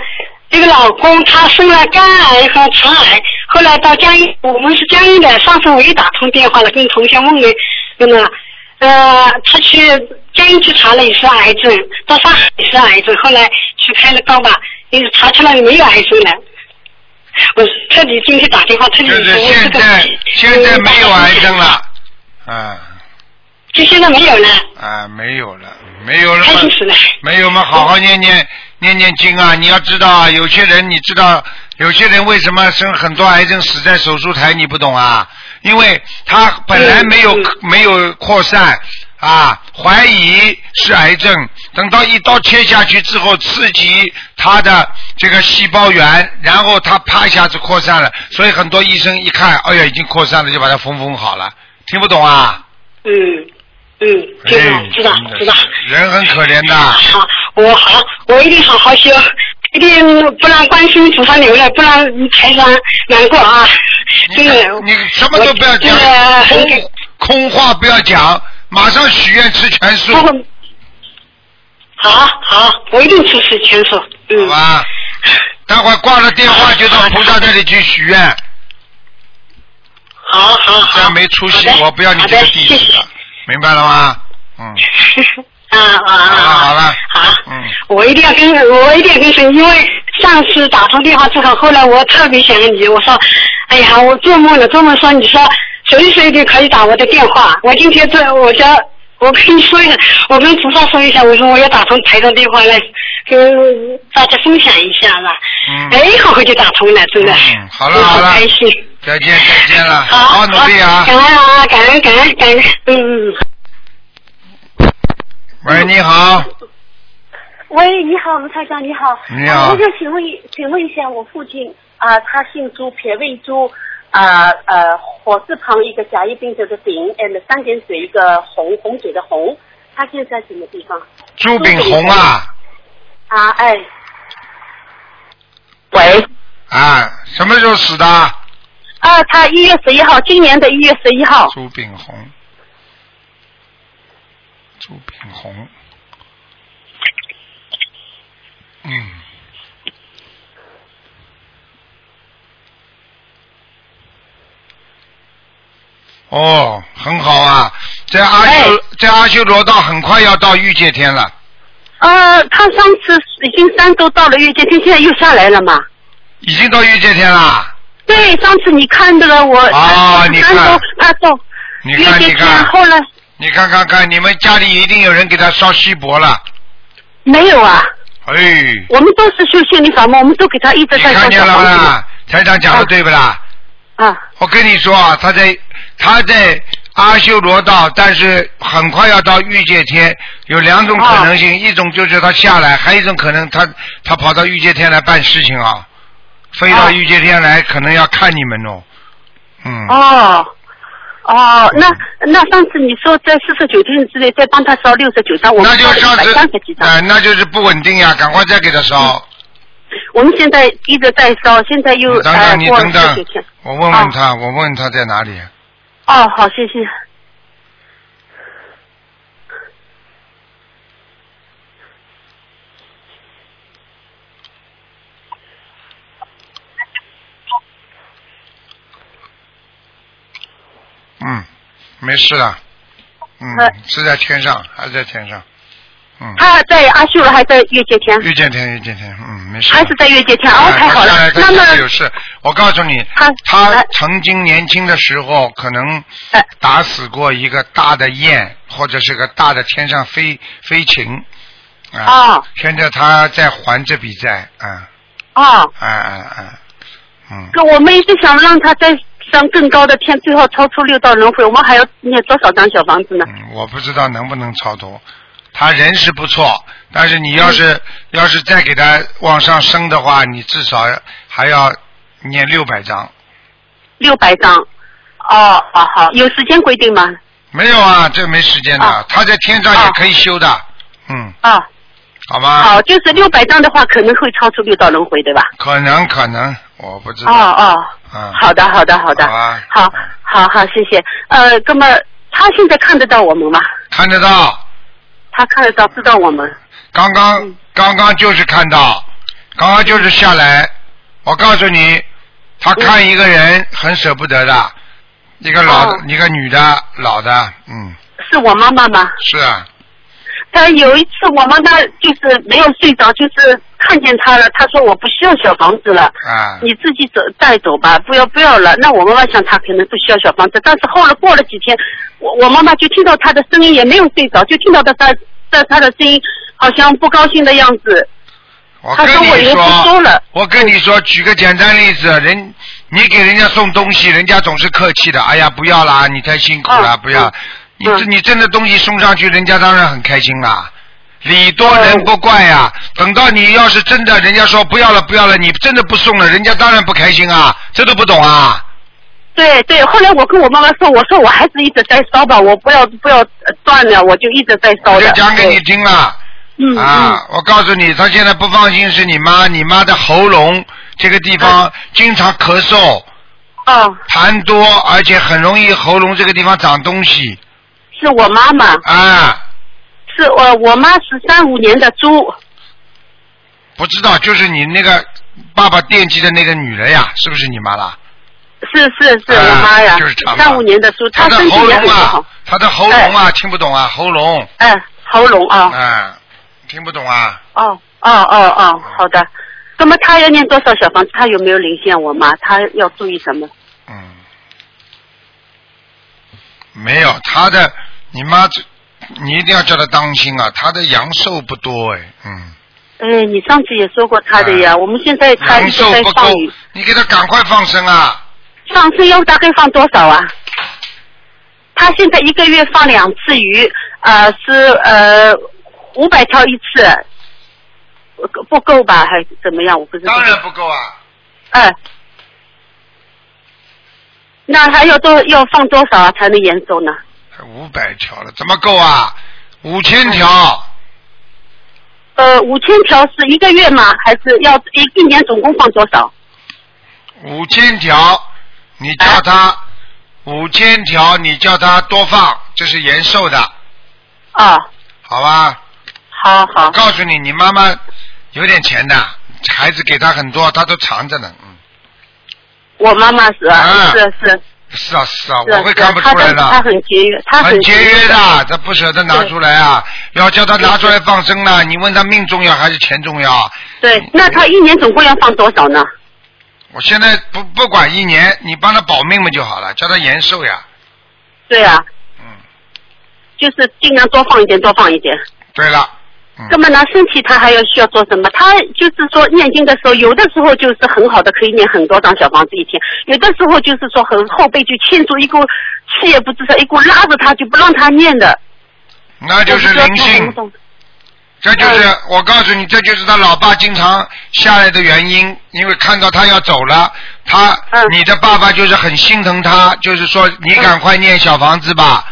Speaker 4: 一个老公，他生了肝癌和肠癌，后来到江阴，我们是江阴的，上次我也打通电话了，跟同学问了问了，呃，他去江阴去查了也是癌症，到上海也是癌症，后来去开了刀吧，也是查出来没有癌症了。我特地今天打电话特地
Speaker 1: 就
Speaker 4: 问
Speaker 1: 是
Speaker 4: 这
Speaker 1: 现
Speaker 4: 个
Speaker 1: 在
Speaker 4: 问题，
Speaker 1: 现在没有癌症了，，啊
Speaker 4: 就现在没有了，
Speaker 1: 啊，没有了，没有了
Speaker 4: 开
Speaker 1: 嘛，
Speaker 4: 心死了。
Speaker 1: 没有嘛，好好念念念念经啊！你要知道啊，有些人你知道，有些人为什么生很多癌症死在手术台，你不懂啊？因为他本来没有、
Speaker 4: 嗯
Speaker 1: 没有扩散啊，怀疑是癌症，等到一刀切下去之后，刺激他的这个细胞源，然后他啪一下子扩散了，所以很多医生一看，哎呀，已经扩散了，就把它缝缝好了，听不懂啊？
Speaker 4: 嗯，嗯，知道
Speaker 1: 哎
Speaker 4: 知道
Speaker 1: 真的是
Speaker 4: 知道。
Speaker 1: 人很可怜的。
Speaker 4: 好，我好，我一定好好修，一定不让观世音菩萨留了，不让台上难过啊！
Speaker 1: 你
Speaker 4: 真的，
Speaker 1: 你什么都不要讲
Speaker 4: 我真的，很感
Speaker 1: 空空话不要讲，马上许愿吃全素，
Speaker 4: 不
Speaker 1: 好
Speaker 4: 过好好，我一定支持全素。嗯，
Speaker 1: 吧？待会儿挂了电话就到菩萨这里去许愿，
Speaker 4: 好好
Speaker 1: 这
Speaker 4: 好。
Speaker 1: 样没出息
Speaker 4: 好，的
Speaker 1: 我不要你这个弟子
Speaker 4: 好
Speaker 1: 了，明白了吗？嗯，
Speaker 4: <laughs> 啊啊啊！
Speaker 1: 好了
Speaker 4: 好，
Speaker 1: 嗯
Speaker 4: 我一定要跟，我一定要跟谁，因为上次打通电话之后，后来我特别想你，我说，哎呀，我做梦了，做梦说你说随时就可以打我的电话，我今天这我家。我跟你说一下，我跟菩萨说一下，我说我要打通台上电话来跟大家分享一下吧。
Speaker 1: 嗯
Speaker 4: 哎，好快就打通了，真的。
Speaker 1: 嗯好了
Speaker 4: 我
Speaker 1: 好了
Speaker 4: 开心。
Speaker 1: 再见再见了，
Speaker 4: 好，
Speaker 1: 好好努力啊！
Speaker 4: 感恩啊，感恩感恩感恩，嗯嗯。嗯
Speaker 1: 喂，你好，
Speaker 4: 嗯
Speaker 5: 喂，你好，啊卢台长，你好。
Speaker 1: 你好
Speaker 5: 啊我想请问一，请问一下，我父亲啊、他姓朱，撇位朱，啊呃，火字旁一个甲乙丙丁的丙，and 三点水一个红，洪水的洪。他现在在什么地方？
Speaker 1: 朱炳红啊
Speaker 5: 啊，哎，
Speaker 3: 喂，
Speaker 1: 啊，什么时候死的？
Speaker 3: 啊，他一月十一号，今年的一月十一号，
Speaker 1: 朱炳红，朱炳红，嗯，哦，很好啊，在阿
Speaker 3: 哎
Speaker 1: 修、在阿修罗道很快要到御界天了，
Speaker 3: 呃，他上次已经三周到了月经天，现在又下来了嘛？
Speaker 1: 已经到御界天了，
Speaker 3: 对，上次你看那个我，
Speaker 1: 啊
Speaker 3: 三
Speaker 1: 你看
Speaker 3: 周他到
Speaker 1: 你
Speaker 3: 月
Speaker 1: 看
Speaker 3: 经
Speaker 1: 你
Speaker 3: 天，
Speaker 1: 看，
Speaker 3: 后来
Speaker 1: 你看看看，你们家里一定有人给他烧锡箔了，
Speaker 3: 没有啊，
Speaker 1: 哎。
Speaker 3: 我们都是修心灵法门，我们都给他一直
Speaker 1: 你
Speaker 3: 在
Speaker 1: 看
Speaker 3: 烧
Speaker 1: 见
Speaker 3: 小
Speaker 1: 了
Speaker 3: 房子嘛
Speaker 1: 吧？台长讲的对不啦？
Speaker 3: 啊，
Speaker 1: 我跟你说啊，他在他在阿修罗道，但是很快要到欲界天，有两种
Speaker 3: 啊
Speaker 1: 可能性，一种就是他下来，还有一种可能他他跑到欲界天来办事情啊，飞到
Speaker 3: 啊
Speaker 1: 欲界天来，可能要看你们哦。嗯，
Speaker 3: 哦。哦，那那上次你说在四十九天之内再帮他烧六十九张，我
Speaker 1: 那
Speaker 3: 们
Speaker 1: 就上
Speaker 3: 烧了
Speaker 1: 次
Speaker 3: 一百三十几张，
Speaker 1: 哎那就是不稳定呀，赶快再给他
Speaker 3: 嗯
Speaker 1: 烧。
Speaker 3: 我们现在一直在烧，现在又
Speaker 1: 你等
Speaker 3: 呃
Speaker 1: 等，你
Speaker 3: 过
Speaker 1: 等
Speaker 3: 了四十
Speaker 1: 等
Speaker 3: 九天。，
Speaker 1: 我问问
Speaker 3: 啊
Speaker 1: 他，我问问他在哪里。
Speaker 3: 哦，好，谢谢。
Speaker 1: 嗯，没事了。嗯
Speaker 3: 呃，
Speaker 1: 是在天上，还在天上，嗯，
Speaker 3: 他在阿修罗还在月界天，
Speaker 1: 遇见天，遇见天，嗯，没事。
Speaker 3: 啊还是在月界天？哦，
Speaker 1: 哎
Speaker 3: 太好了
Speaker 1: 他下来。他
Speaker 3: 那
Speaker 1: 下次有
Speaker 3: 么
Speaker 1: 事，我告诉你，
Speaker 3: 他
Speaker 1: 他
Speaker 3: 哎
Speaker 1: 曾经年轻的时候可能
Speaker 3: 哎
Speaker 1: 打死过一个大的雁，或者是个大的天上飞飞禽，啊，
Speaker 3: 哦
Speaker 1: 现在他在还这笔债，啊，
Speaker 3: 哦，
Speaker 1: 啊啊啊，嗯，
Speaker 3: 可我们一直想让他再上更高的天，最后超出六道轮回，我们还要念多少张小房子呢？
Speaker 1: 嗯，我不知道能不能超脱。他人是不错，但是你要是、
Speaker 3: 嗯
Speaker 1: 要是再给他往上升的话，你至少还要念六百章。
Speaker 3: 六百张。哦哦好，有时间规定吗？
Speaker 1: 没有啊，这没时间的，
Speaker 3: 啊
Speaker 1: 他在天上也可以修的，嗯，
Speaker 3: 哦，
Speaker 1: 好吗？
Speaker 3: 好，就是六百张的话，可能会超出六道轮回，对吧？
Speaker 1: 可能可能，我不知
Speaker 3: 哦
Speaker 1: 道，
Speaker 3: 哦，
Speaker 1: 嗯，
Speaker 3: 好的好的好的，
Speaker 1: 好啊
Speaker 3: 好好好，谢谢。呃，那么他现在看得到我们吗？
Speaker 1: 看得到，
Speaker 3: 他看得到，知道我们。
Speaker 1: 刚刚、
Speaker 3: 嗯
Speaker 1: 刚刚就是看到，刚刚就是下来，我告诉你，他看一个人很舍不得的，一个老的、
Speaker 3: 哦
Speaker 1: 一个女的老的，嗯，
Speaker 3: 是我妈妈吗？
Speaker 1: 是啊，
Speaker 3: 她有一次我妈妈就是没有睡着，就是看见她了，她说我不需要小房子了，
Speaker 1: 啊，
Speaker 3: 你自己走带走吧，不要不要了。那我妈妈想她可能不需要小房子，但是后来过了几天，我我妈妈就听到她的声音，也没有睡着，就听到她她她她的声音，好像不高兴的样子。
Speaker 1: 我
Speaker 3: 他
Speaker 1: 跟
Speaker 3: 说我
Speaker 1: 你
Speaker 3: 以后不收
Speaker 1: 说
Speaker 3: 了，
Speaker 1: 我跟你说，举个简单例子，人你给人家送东西，人家总是客气的，哎呀，不要啦，你太辛苦了，
Speaker 3: 嗯
Speaker 1: 不要。你这
Speaker 3: 嗯
Speaker 1: 你真的东西送上去，人家当然很开心啦。礼多
Speaker 3: 嗯
Speaker 1: 人不怪呀、等到你要是真的，人家说不要了，不要了，你真的不送了，人家当然不开心啊，这都不懂啊。
Speaker 3: 对对，后来我跟我妈妈说，我说我还是一直在烧吧，我不要不要呃断了，我就一直在烧
Speaker 1: 我就
Speaker 3: 的。
Speaker 1: 讲给你听了。
Speaker 3: 嗯
Speaker 1: 啊，我告诉你，他现在不放心是你妈，你妈的喉咙这个地方经常咳嗽，
Speaker 3: 嗯，哦，
Speaker 1: 痰多，而且很容易喉咙这个地方长东西
Speaker 3: 是我妈妈，
Speaker 1: 啊，
Speaker 3: 是我我妈是三五年的猪，
Speaker 1: 不知道就是你那个爸爸惦记的那个女人呀，是不是你妈啦？
Speaker 3: 是是是、
Speaker 1: 啊
Speaker 3: 我妈呀
Speaker 1: 就是她，嘛
Speaker 3: 三五年的猪，她
Speaker 1: 的
Speaker 3: 身体
Speaker 1: 喉
Speaker 3: 也很
Speaker 1: 咙
Speaker 3: 不
Speaker 1: 啊
Speaker 3: 好，，
Speaker 1: 她的喉咙啊，听不懂啊，喉咙
Speaker 3: 哎、喉咙啊，
Speaker 1: 啊，听不懂啊，
Speaker 3: 哦哦哦哦，好的。那么她要念多少小房子？她有没有灵性啊？我妈她要注意什么？
Speaker 1: 嗯，没有，她的你妈这，你一定要叫她当心啊，她的阳寿不多哎，嗯。
Speaker 3: 哎，你上次也说过她的呀，
Speaker 1: 啊
Speaker 3: 我们现在她
Speaker 1: 阳
Speaker 3: 一直
Speaker 1: 寿
Speaker 3: 在
Speaker 1: 不
Speaker 3: 放
Speaker 1: 够，你给她赶快放生啊！
Speaker 3: 放生要大概放多少啊？他现在一个月放两次鱼，呃，是呃五百条一次，呃不够吧？还是怎么样？我不知道。
Speaker 1: 当然不够啊。
Speaker 3: 哎、那还要多要放多少啊才能延寿呢？
Speaker 1: 五百条了，怎么够啊？五千条，
Speaker 3: 呃，五千条是一个月吗？还是要一一年总共放多少？
Speaker 1: 五千条，你叫他五千条，你叫他多放，这是延寿的，
Speaker 3: 啊，
Speaker 1: 好吧？
Speaker 3: 好好
Speaker 1: 告诉你，你妈妈有点钱的，孩子给她很多，她都藏着呢。嗯，
Speaker 3: 我妈妈是吧、
Speaker 1: 啊
Speaker 3: 是是是，
Speaker 1: 是啊是啊，
Speaker 3: 是
Speaker 1: 我会看不出
Speaker 3: 她
Speaker 1: 来
Speaker 3: 的她
Speaker 1: 的。
Speaker 3: 很节约，她
Speaker 1: 很节约
Speaker 3: 的。
Speaker 1: 的，她不舍得拿出来啊！要叫她拿出来放生呢。你问她命重要还是钱重要？
Speaker 3: 对，那她一年总共要放多少呢？
Speaker 1: 我现在不不管一年，你帮她保命嘛就好了，叫她延寿呀。
Speaker 3: 对啊，
Speaker 1: 嗯，
Speaker 3: 就是尽量多放一点，多放一点。
Speaker 1: 对了，嗯
Speaker 3: 那，么呢，身体他还要需要做什么？他就是说念经的时候，有的时候就是很好的，可以念很多张小房子一天；有的时候就是说很后背就牵住一股气也不知道，一股拉着他就不让他念的。
Speaker 1: 那就是灵性，这就是我告诉你，这就是他老爸经常下来的原因，因为看到他要走了，他、
Speaker 3: 嗯
Speaker 1: 你的爸爸就是很心疼他，就是说你赶快念小房子吧。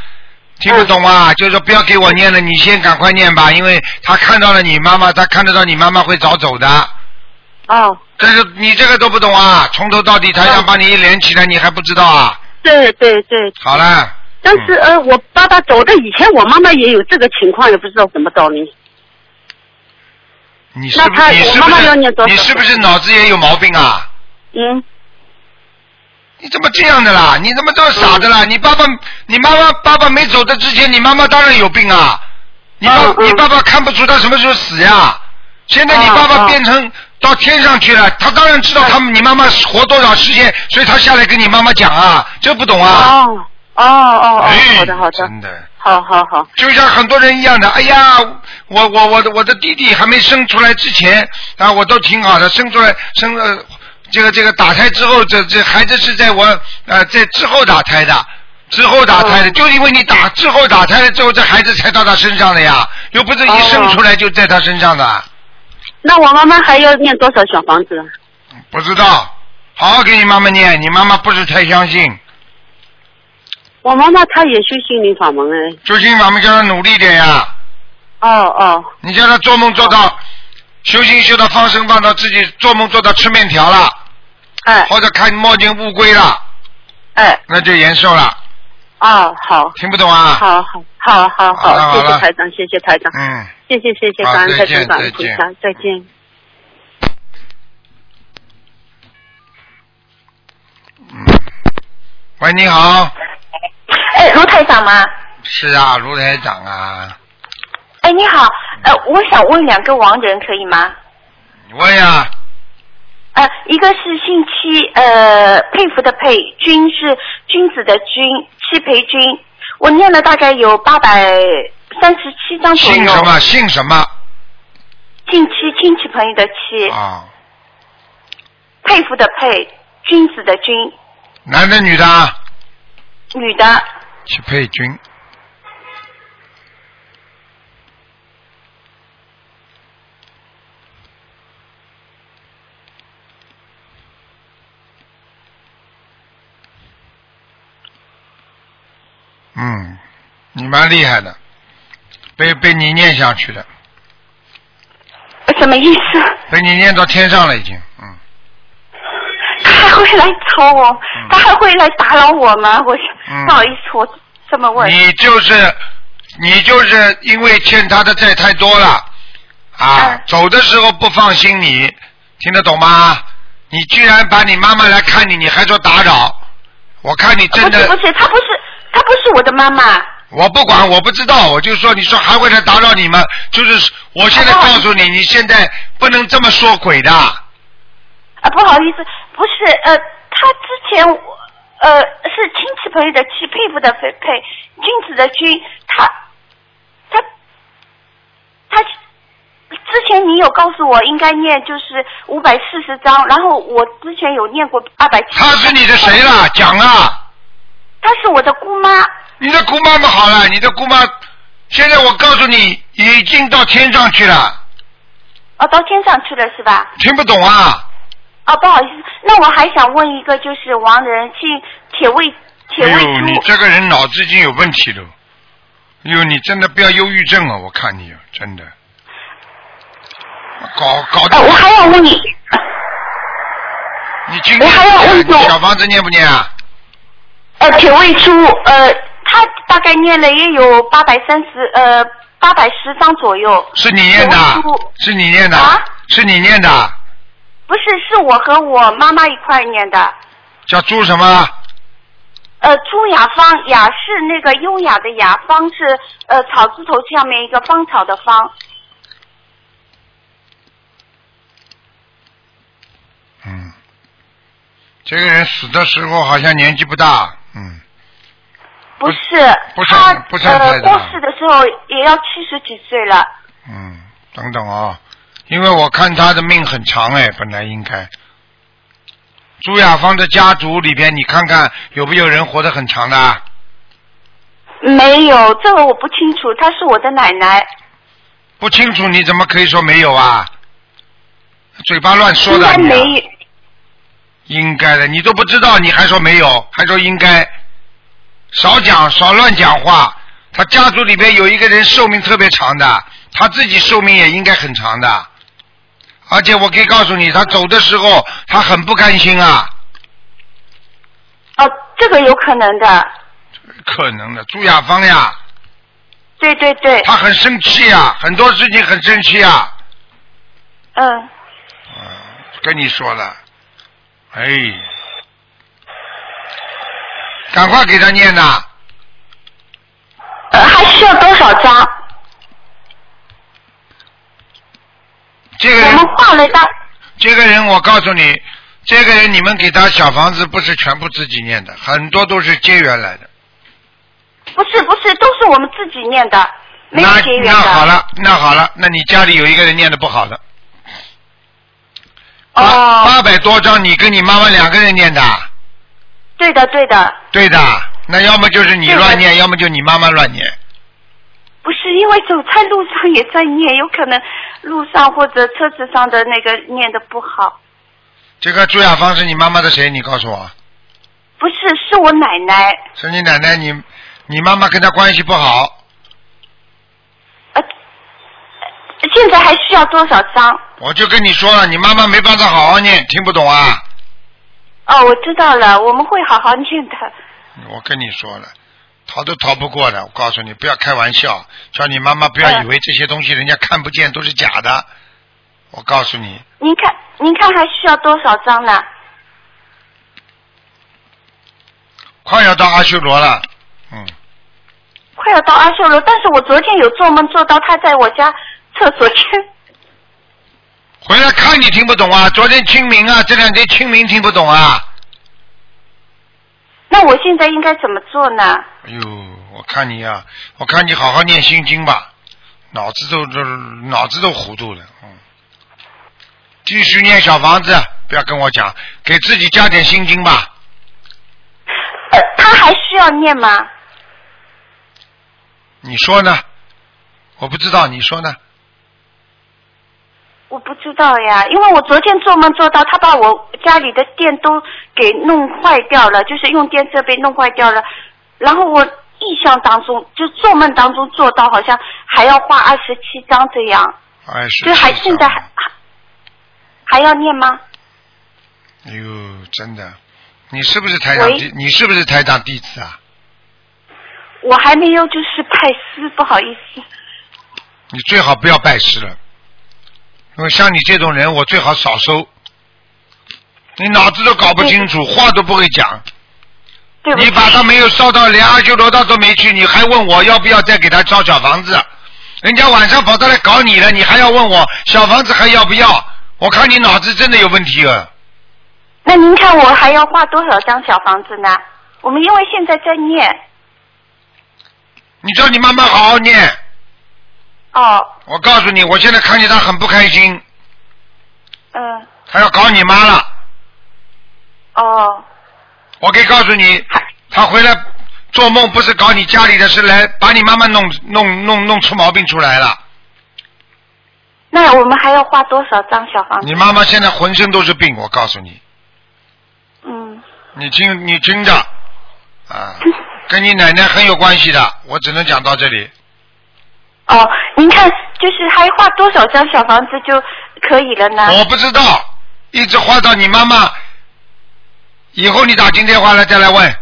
Speaker 1: 听不懂
Speaker 3: 嗯
Speaker 1: 啊，就是说不要给我念了，你先赶快念吧，因为他看到了你妈妈，他看得到你妈妈会早走的。
Speaker 3: 哦，
Speaker 1: 但是你这个都不懂啊，从头到底台上
Speaker 3: 嗯
Speaker 1: 把你一连起来，你还不知道啊？
Speaker 3: 对对对。
Speaker 1: 好了，
Speaker 3: 但是
Speaker 1: 嗯
Speaker 3: 呃，我爸爸走的以前，我妈妈也有这个情况，也不知道什么道理。
Speaker 1: 你是不
Speaker 3: 那他
Speaker 1: 你是
Speaker 3: 我
Speaker 1: 不
Speaker 3: 妈妈
Speaker 1: 是
Speaker 3: 要念多少
Speaker 1: 你是不是脑子也有毛病啊？
Speaker 3: 嗯，
Speaker 1: 你怎么这样的啦？你怎么都傻的啦？你爸爸，你妈妈，爸爸没走的之前，你妈妈当然有病啊。你爸，
Speaker 3: 嗯
Speaker 1: 你爸爸看不出他什么时候死呀。现在你爸
Speaker 3: 嗯
Speaker 1: 爸变成到天上去了，他当然知道他们你妈妈活多少时间，所以他下来跟你妈妈讲啊，这不懂啊。哎
Speaker 3: 哦哦哦哦，好的好的，
Speaker 1: 真的。
Speaker 3: 好好好，
Speaker 1: 就像很多人一样的，哎呀，我我我的我的弟弟还没生出来之前啊，我都挺好的，生出来生了这个这个打胎之后，这这孩子是在我呃在之后打胎的，之后打胎的，就因为你打之后打胎了之后，这孩子才到他身上的呀，又不是一生出来就在他身上的，
Speaker 3: 那我妈妈还要念多少小房子？
Speaker 1: 不知道，好好给你妈妈念，你妈妈不是太相信，
Speaker 3: 我妈妈她也修心灵法门哎，
Speaker 1: 就心法门叫他努力点呀。
Speaker 3: 哦哦，
Speaker 1: 你叫他做梦做到，修行修到放生放到自己做梦做到吃面条了，
Speaker 3: 哎
Speaker 1: 或者看墨镜乌龟了，
Speaker 3: 哎，
Speaker 1: 那就延寿了。
Speaker 3: 哦好，
Speaker 1: 听不懂啊？
Speaker 3: 好好好好
Speaker 1: 好了
Speaker 3: 好，谢
Speaker 1: 好了
Speaker 3: 谢台长，谢谢台长，
Speaker 1: 嗯。
Speaker 3: 谢谢谢谢，
Speaker 1: 好
Speaker 3: 感恩
Speaker 1: 再
Speaker 3: 台
Speaker 1: 见
Speaker 3: 长，感
Speaker 1: 再
Speaker 3: 恩菩
Speaker 1: 见
Speaker 3: 萨，再见。
Speaker 1: 喂，你好，
Speaker 6: 哎，卢台长吗？
Speaker 1: 是啊，卢台长啊，
Speaker 6: 哎，你好，呃，我想问两个亡人可以吗？
Speaker 1: 你问呀、
Speaker 6: 呃，一个是姓戚，呃，佩服的佩，君是君子的君，戚培君。我念了大概有八百三十七张左右。
Speaker 1: 姓什么？姓什么？
Speaker 6: 近戚，亲戚朋友的戚，
Speaker 1: 啊，
Speaker 6: 佩服的佩，君子的君，
Speaker 1: 男的女的啊？
Speaker 6: 女的，
Speaker 1: 去配军。嗯，你蛮厉害的，被被你念下去的，
Speaker 6: 呃什
Speaker 1: <laughs>
Speaker 6: 么意思？
Speaker 1: 被你念到天上了已经，嗯，
Speaker 6: 他还会来找我？他还会来打扰我吗？我
Speaker 1: 嗯
Speaker 6: 不好意思，我这么问。
Speaker 1: 你就是你就是因为欠他的债太多了啊，
Speaker 6: 嗯
Speaker 1: 走的时候不放心你，听得懂吗？你居然把你妈妈来看你，你还说打扰，我看你真
Speaker 6: 不是不
Speaker 1: 的，
Speaker 6: 是，她不是她不是我的妈妈。哎
Speaker 1: 我不管，我不知道，我就说你说还会来打扰你吗？就是我现在
Speaker 6: 哦
Speaker 1: 告诉你，你现在不能这么说鬼的，
Speaker 6: 啊，不好意思，不是，呃，他之前我，呃，是亲戚朋友的戚，佩服的佩佩，君子的君，他，他，他之前你有告诉我应该念就是五百四十章，然后我之前有念过二百七。
Speaker 1: 他是你的谁
Speaker 6: 哦
Speaker 1: 啦？讲啊！
Speaker 6: 他是我的姑妈，
Speaker 1: 你的姑妈妈好了，你的姑妈现在我告诉你，已经到天上去了，
Speaker 6: 哦，到天上去了是吧？
Speaker 1: 听不懂啊？
Speaker 6: 哦，不好意思，那我还想问一个，就是王仁姓铁卫铁
Speaker 1: 哎
Speaker 6: 卫
Speaker 1: 呦，你
Speaker 6: 猪，
Speaker 1: 这个人脑子已经有问题了。哎呦，你真的不要忧郁症啊！我看你真的，搞搞
Speaker 6: 哦，
Speaker 1: 得
Speaker 6: 我还要问你。
Speaker 1: 你今
Speaker 6: 我还要问
Speaker 1: 天
Speaker 6: 一个
Speaker 1: 小房子念不念啊？
Speaker 6: 呃，铁胃珠，呃，他大概念了也有八百三十，呃，八百十张左右。
Speaker 1: 是你念的啊
Speaker 6: 我我，
Speaker 1: 是你念的，
Speaker 6: 啊
Speaker 1: 是你念的，啊
Speaker 6: 不是，是我和我妈妈一块儿念的。
Speaker 1: 叫朱什么？
Speaker 6: 呃，朱雅芳，雅是那个优雅的雅，芳是呃草字头下面一个芳草的芳。
Speaker 1: 嗯，这个人死的时候好像年纪不大，嗯，
Speaker 6: 不是
Speaker 1: 不，是
Speaker 6: 他
Speaker 1: 不是太
Speaker 6: 呃
Speaker 1: 大
Speaker 6: 过世的时候也要七十几岁了。
Speaker 1: 嗯，等等啊、因为我看他的命很长哎，本来应该。朱亚芳的家族里边，你看看有没有人活得很长的啊？
Speaker 6: 没有，这个我不清楚，她是我的奶奶。
Speaker 1: 不清楚你怎么可以说没有啊？嘴巴乱说
Speaker 6: 应
Speaker 1: 的
Speaker 6: 该
Speaker 1: 你啊、
Speaker 6: 没有，
Speaker 1: 应该的，你都不知道，你还说没有，还说应该，少讲少乱讲话。他家族里边有一个人寿命特别长的，他自己寿命也应该很长的，而且我可以告诉你，他走的时候他很不甘心啊，
Speaker 6: 哦，这个有可能的。
Speaker 1: 可能的。朱亚芳呀，
Speaker 6: 对对对，
Speaker 1: 他很生气啊，很多事情很生气啊，
Speaker 6: 嗯。
Speaker 1: 跟你说了，哎，赶快给他念呐！
Speaker 6: 呃，还需要多少张？
Speaker 1: 这个
Speaker 6: 我
Speaker 1: 人
Speaker 6: 们画了大，
Speaker 1: 这个人，我告诉你，这个人你们给他小房子不是全部自己念的，很多都是结缘来的。
Speaker 6: 不是不是，都是我们自己念的，没有
Speaker 1: 那
Speaker 6: 结缘
Speaker 1: 那
Speaker 6: 的。
Speaker 1: 好了，那好了，那你家里有一个人念的不好的，八
Speaker 6: 哦，
Speaker 1: 八百多张，你跟你妈妈两个人念的，
Speaker 6: 对的对的，
Speaker 1: 对的。那要么就是你
Speaker 6: 对
Speaker 1: 乱
Speaker 6: 我
Speaker 1: 念，要么就你妈妈乱念。
Speaker 6: 不是因为走在路上也在念，有可能路上或者车子上的那个念的不好。
Speaker 1: 这个朱亚芳是你妈妈的谁？你告诉我，
Speaker 6: 不是，是我奶奶，
Speaker 1: 是你奶奶，你你妈妈跟她关系不好，
Speaker 6: 呃，现在还需要多少张？
Speaker 1: 我就跟你说了，你妈妈没办法好好念，听不懂啊。
Speaker 6: 哦，我知道了，我们会好好念的。
Speaker 1: 嗯我跟你说了，逃都逃不过的。我告诉你，不要开玩笑，叫你妈妈不要以为这些东西人家看不见都是假的。我告诉你，
Speaker 6: 您看，您看还需要多少张呢？
Speaker 1: 快要到阿修罗了，嗯，
Speaker 6: 快要到阿修罗，但是我昨天有做梦做到他在我家厕所间，
Speaker 1: 回来看你听不懂啊，昨天清明啊，这两天清明听不懂啊。
Speaker 6: 那我现在应该怎么做呢？
Speaker 1: 哎呦，我看你啊，我看你好好念心经吧，脑子都都脑子都糊涂了，嗯，继续念小房子，不要跟我讲，给自己加点心经吧。
Speaker 6: 呃，他还需要念吗？
Speaker 1: 你说呢？我不知道，你说呢？
Speaker 6: 我不知道呀，因为我昨天做梦做到他把我家里的电都给弄坏掉了，就是用电设备弄坏掉了。然后我意象当中，就做梦当中做到好像还要画二十七张这样，
Speaker 1: 哎，是
Speaker 6: 就还
Speaker 1: 是
Speaker 6: 现在还还还要念吗？
Speaker 1: 哎呦，真的，你是不是台长
Speaker 6: 喂
Speaker 1: 弟？你是不是台长弟子啊？
Speaker 6: 我还没有就是拜师，不好意思。
Speaker 1: 你最好不要拜师了，因为像你这种人，我最好少收。你脑子都搞不清楚，话都不会讲，
Speaker 6: 对不
Speaker 1: 你
Speaker 6: 起，
Speaker 1: 把他没有烧到，连阿修罗道都没去，你还问我要不要再给他烧小房子？人家晚上跑他来搞你了，你还要问我小房子还要不要？我看你脑子真的有问题啊！
Speaker 6: 那您看我还要画多少张小房子呢？我们因为现在在念
Speaker 1: 你叫你妈妈好好念。
Speaker 6: 哦，
Speaker 1: 我告诉你，我现在看见他很不开心，
Speaker 6: 嗯、
Speaker 1: 他要搞你妈了。
Speaker 6: 哦，
Speaker 1: 我可以告诉你，他回来做梦不是搞你家里的事，来把你妈妈弄弄弄弄出毛病出来了。
Speaker 6: 那我们还要画多少张小房子？
Speaker 1: 你妈妈现在浑身都是病，我告诉你，
Speaker 6: 嗯，
Speaker 1: 你听你听着，啊，跟你奶奶很有关系的，我只能讲到这里。
Speaker 6: 哦，您看，就是还画多少张小房子就可以了呢？
Speaker 1: 我不知道，一直画到你妈妈，以后你打进电话来再来问。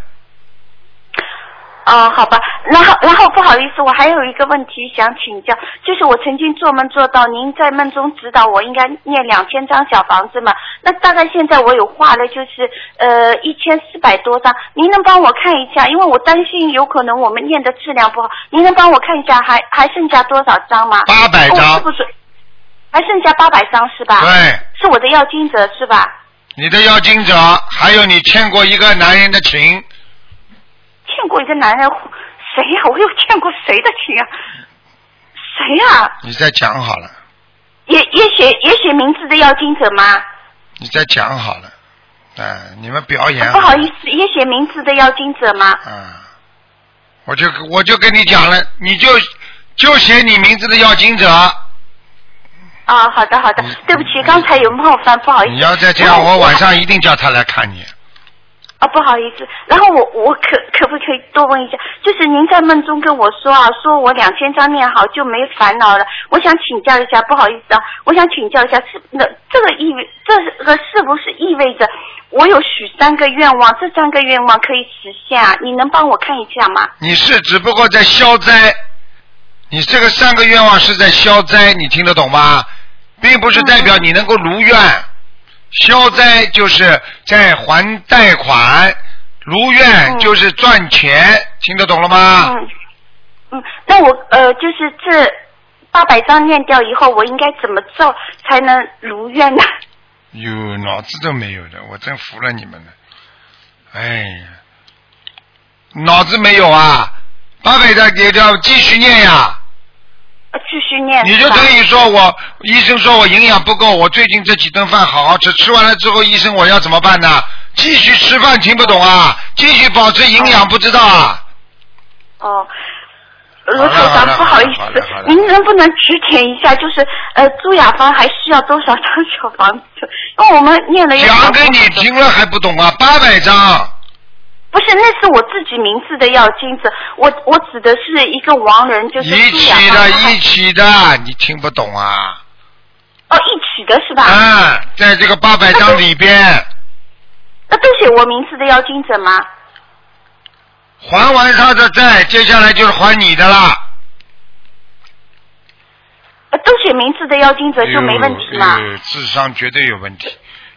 Speaker 6: 哦，好吧，然后然后不好意思，我还有一个问题想请教，就是我曾经做梦做到您在梦中指导我应该念两千张小房子嘛，那大概现在我有画了就是呃一千四百多张，您能帮我看一下，因为我担心有可能我们念的质量不好，您能帮我看一下还还剩下多少张吗？
Speaker 1: 八百
Speaker 6: 哦
Speaker 1: 张
Speaker 6: 是不是？还剩下八百张是吧？
Speaker 1: 对，
Speaker 6: 是我的要经者是吧？
Speaker 1: 你的要经者，还有你欠过一个男人的情，
Speaker 6: 欠过一个男人， <laughs> 谁呀、我又欠过谁的情啊？谁呀、
Speaker 1: 你再讲好了，
Speaker 6: 也也写也写名字的要经者吗？
Speaker 1: 你再讲好了，哎、你们表演
Speaker 6: 啊不好
Speaker 1: 了
Speaker 6: 意思，也写名字的要经者吗？
Speaker 1: 啊，我就我就跟你讲了，你就就写你名字的要经者，
Speaker 6: 啊，好的好的
Speaker 1: 嗯，
Speaker 6: 对不起，刚才有冒犯，不好意思。
Speaker 1: 你要再这样，
Speaker 6: 然后
Speaker 1: 我晚上一定叫他来看你。
Speaker 6: 啊，不好意思，然后我我可可不可以多问一下？就是您在梦中跟我说啊，说我两千张念好就没烦恼了。我想请教一下，不好意思啊，我想请教一下，是那这个意味，这个是不是意味着我有许三个愿望，这三个愿望可以实现啊？你能帮我看一下吗？
Speaker 1: 你是只不过在消灾，你这个三个愿望是在消灾，你听得懂吗？并不是代
Speaker 6: 嗯
Speaker 1: 表你能够如愿，消灾就是在还贷款，如愿
Speaker 7: 嗯
Speaker 1: 就是赚钱，听得懂了吗？
Speaker 7: 嗯嗯，那我呃，就是这八百张念掉以后，我应该怎么做才能如
Speaker 6: <laughs>
Speaker 7: 愿呢？
Speaker 1: 有脑子都没有的，我真服了你们了。哎呀，脑子没有啊？八百张也要继续念呀。
Speaker 7: 呃继续念
Speaker 1: 你
Speaker 7: 是
Speaker 1: 就
Speaker 7: 吧
Speaker 1: 可以说我医生说我营养不够，我最近这几顿饭好好吃，吃完了之后医生我要怎么办呢？继续吃饭听不懂啊？继续保持营养不知道啊？
Speaker 7: 哦。
Speaker 1: 了
Speaker 7: 卢台
Speaker 1: 好
Speaker 7: 长
Speaker 1: 了，
Speaker 7: 不好意
Speaker 1: 好
Speaker 7: 思
Speaker 1: 了好了好了，
Speaker 7: 您能不能指点一下，就是呃，租雅房还需要多少张小房子？因为我们念了有
Speaker 1: 讲给你听了还不懂啊？八百张，
Speaker 7: 不是，那是我自己名字的要金子，我我指的是一个亡人，就是
Speaker 1: 一
Speaker 7: 租雅
Speaker 1: 起
Speaker 7: 房
Speaker 1: 的，
Speaker 7: 他
Speaker 1: 一起的，你听不懂啊？
Speaker 7: 哦一起的是吧？
Speaker 1: 嗯，在这个八百张里边，
Speaker 7: 那都写我名字的要金子吗？
Speaker 1: 还完他的债，接下来就是还你的啦。
Speaker 7: 呃，都写名字的要金者就没问题嘛
Speaker 1: 哎？呦哎呦智商绝对有问题。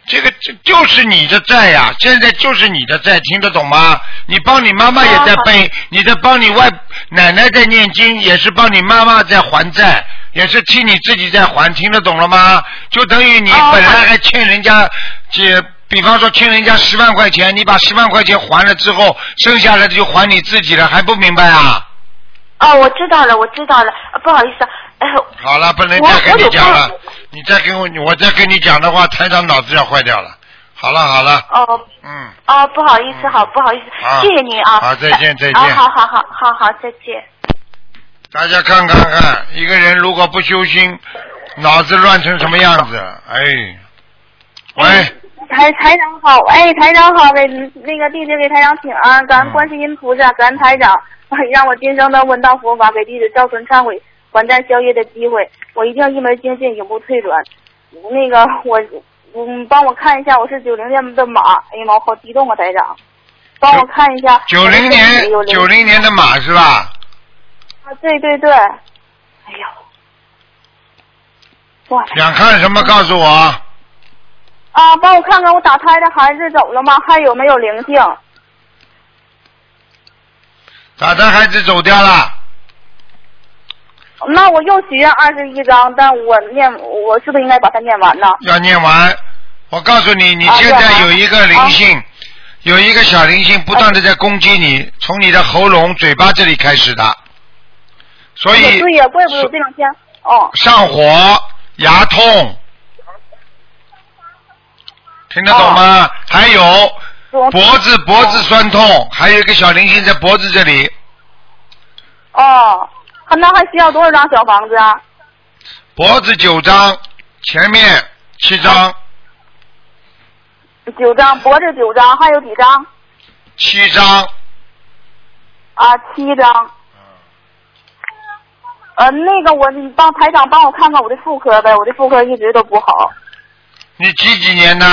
Speaker 1: 这个这就是你的债呀、现在就是你的债，听得懂吗？你帮你妈妈也在
Speaker 7: 啊
Speaker 1: 背，你在帮你外奶奶在念经，也是帮你妈妈在还债，也是替你自己在还，听得懂了吗？就等于你
Speaker 7: 哦
Speaker 1: 本来还欠人家，这、比方说欠人家十万块钱，你把十万块钱还了之后，剩下来的就还你自己了，还不明白啊？
Speaker 7: 哦，我知道了，我知道了，呃、不好意思啊，呃，
Speaker 1: 好了，不能
Speaker 7: 我
Speaker 1: 再跟
Speaker 7: 我
Speaker 1: 你
Speaker 7: 有
Speaker 1: 讲
Speaker 7: 办
Speaker 1: 了
Speaker 7: 法，
Speaker 1: 你再跟我，我再跟你讲的话，台长脑子要坏掉了。好了好了，
Speaker 7: 哦
Speaker 1: 嗯，
Speaker 7: 哦，不好意思，好，不好意思，
Speaker 1: 好
Speaker 7: 谢谢您啊，
Speaker 1: 好再见再见
Speaker 7: 啊，好好好好好，再见。
Speaker 1: 大家看看看，一个人如果不修心，脑子乱成什么样子？哎，喂，
Speaker 6: 台台长好，哎，台长好，给那个弟子给台长请安，
Speaker 1: 嗯
Speaker 6: 感恩观世音菩萨，感恩台长， <laughs> 让我今生能闻到佛法，给弟子造成忏悔、还债消业的机会，我一定要一门精进，永不退转。那个我，嗯，帮我看一下，我是九零年的马，哎呀妈，我好激动啊，台长，帮我看一下。
Speaker 1: 九零年
Speaker 6: 有灵
Speaker 1: 九零年的马是吧？
Speaker 6: 啊，对对对，哎呦，哇，
Speaker 1: 想看什么告诉我？
Speaker 6: 啊，帮我看看我打胎的孩子走了吗？还有没有灵性？
Speaker 1: 打的孩子走掉了，
Speaker 6: 那我又许愿二十一章，但我念，我是不是应该把它念完呢？
Speaker 1: 要念完。我告诉你，你
Speaker 6: 啊
Speaker 1: 现在
Speaker 6: 要
Speaker 1: 有
Speaker 6: 吗
Speaker 1: 一个灵
Speaker 6: 啊
Speaker 1: 性，有一个小灵性不断的在攻击你，从你的喉咙、嘴巴这里开始的，所以
Speaker 6: 也对呀，怪不得我这两天哦，
Speaker 1: 上火、牙痛，听得懂吗？
Speaker 6: 哦
Speaker 1: 还有
Speaker 6: 我
Speaker 1: 脖子脖子酸痛，还有一个小灵性在脖子这里，
Speaker 6: 哦，啊那还需要多少张小房子啊？
Speaker 1: 脖子九张，前面七张，
Speaker 6: 九张，脖子九张，还有几张？
Speaker 1: 七张，
Speaker 6: 啊，七张。呃，那个我，你帮台长帮我看看我的妇科呗，我的妇科一直都不好。
Speaker 1: 你几几年的？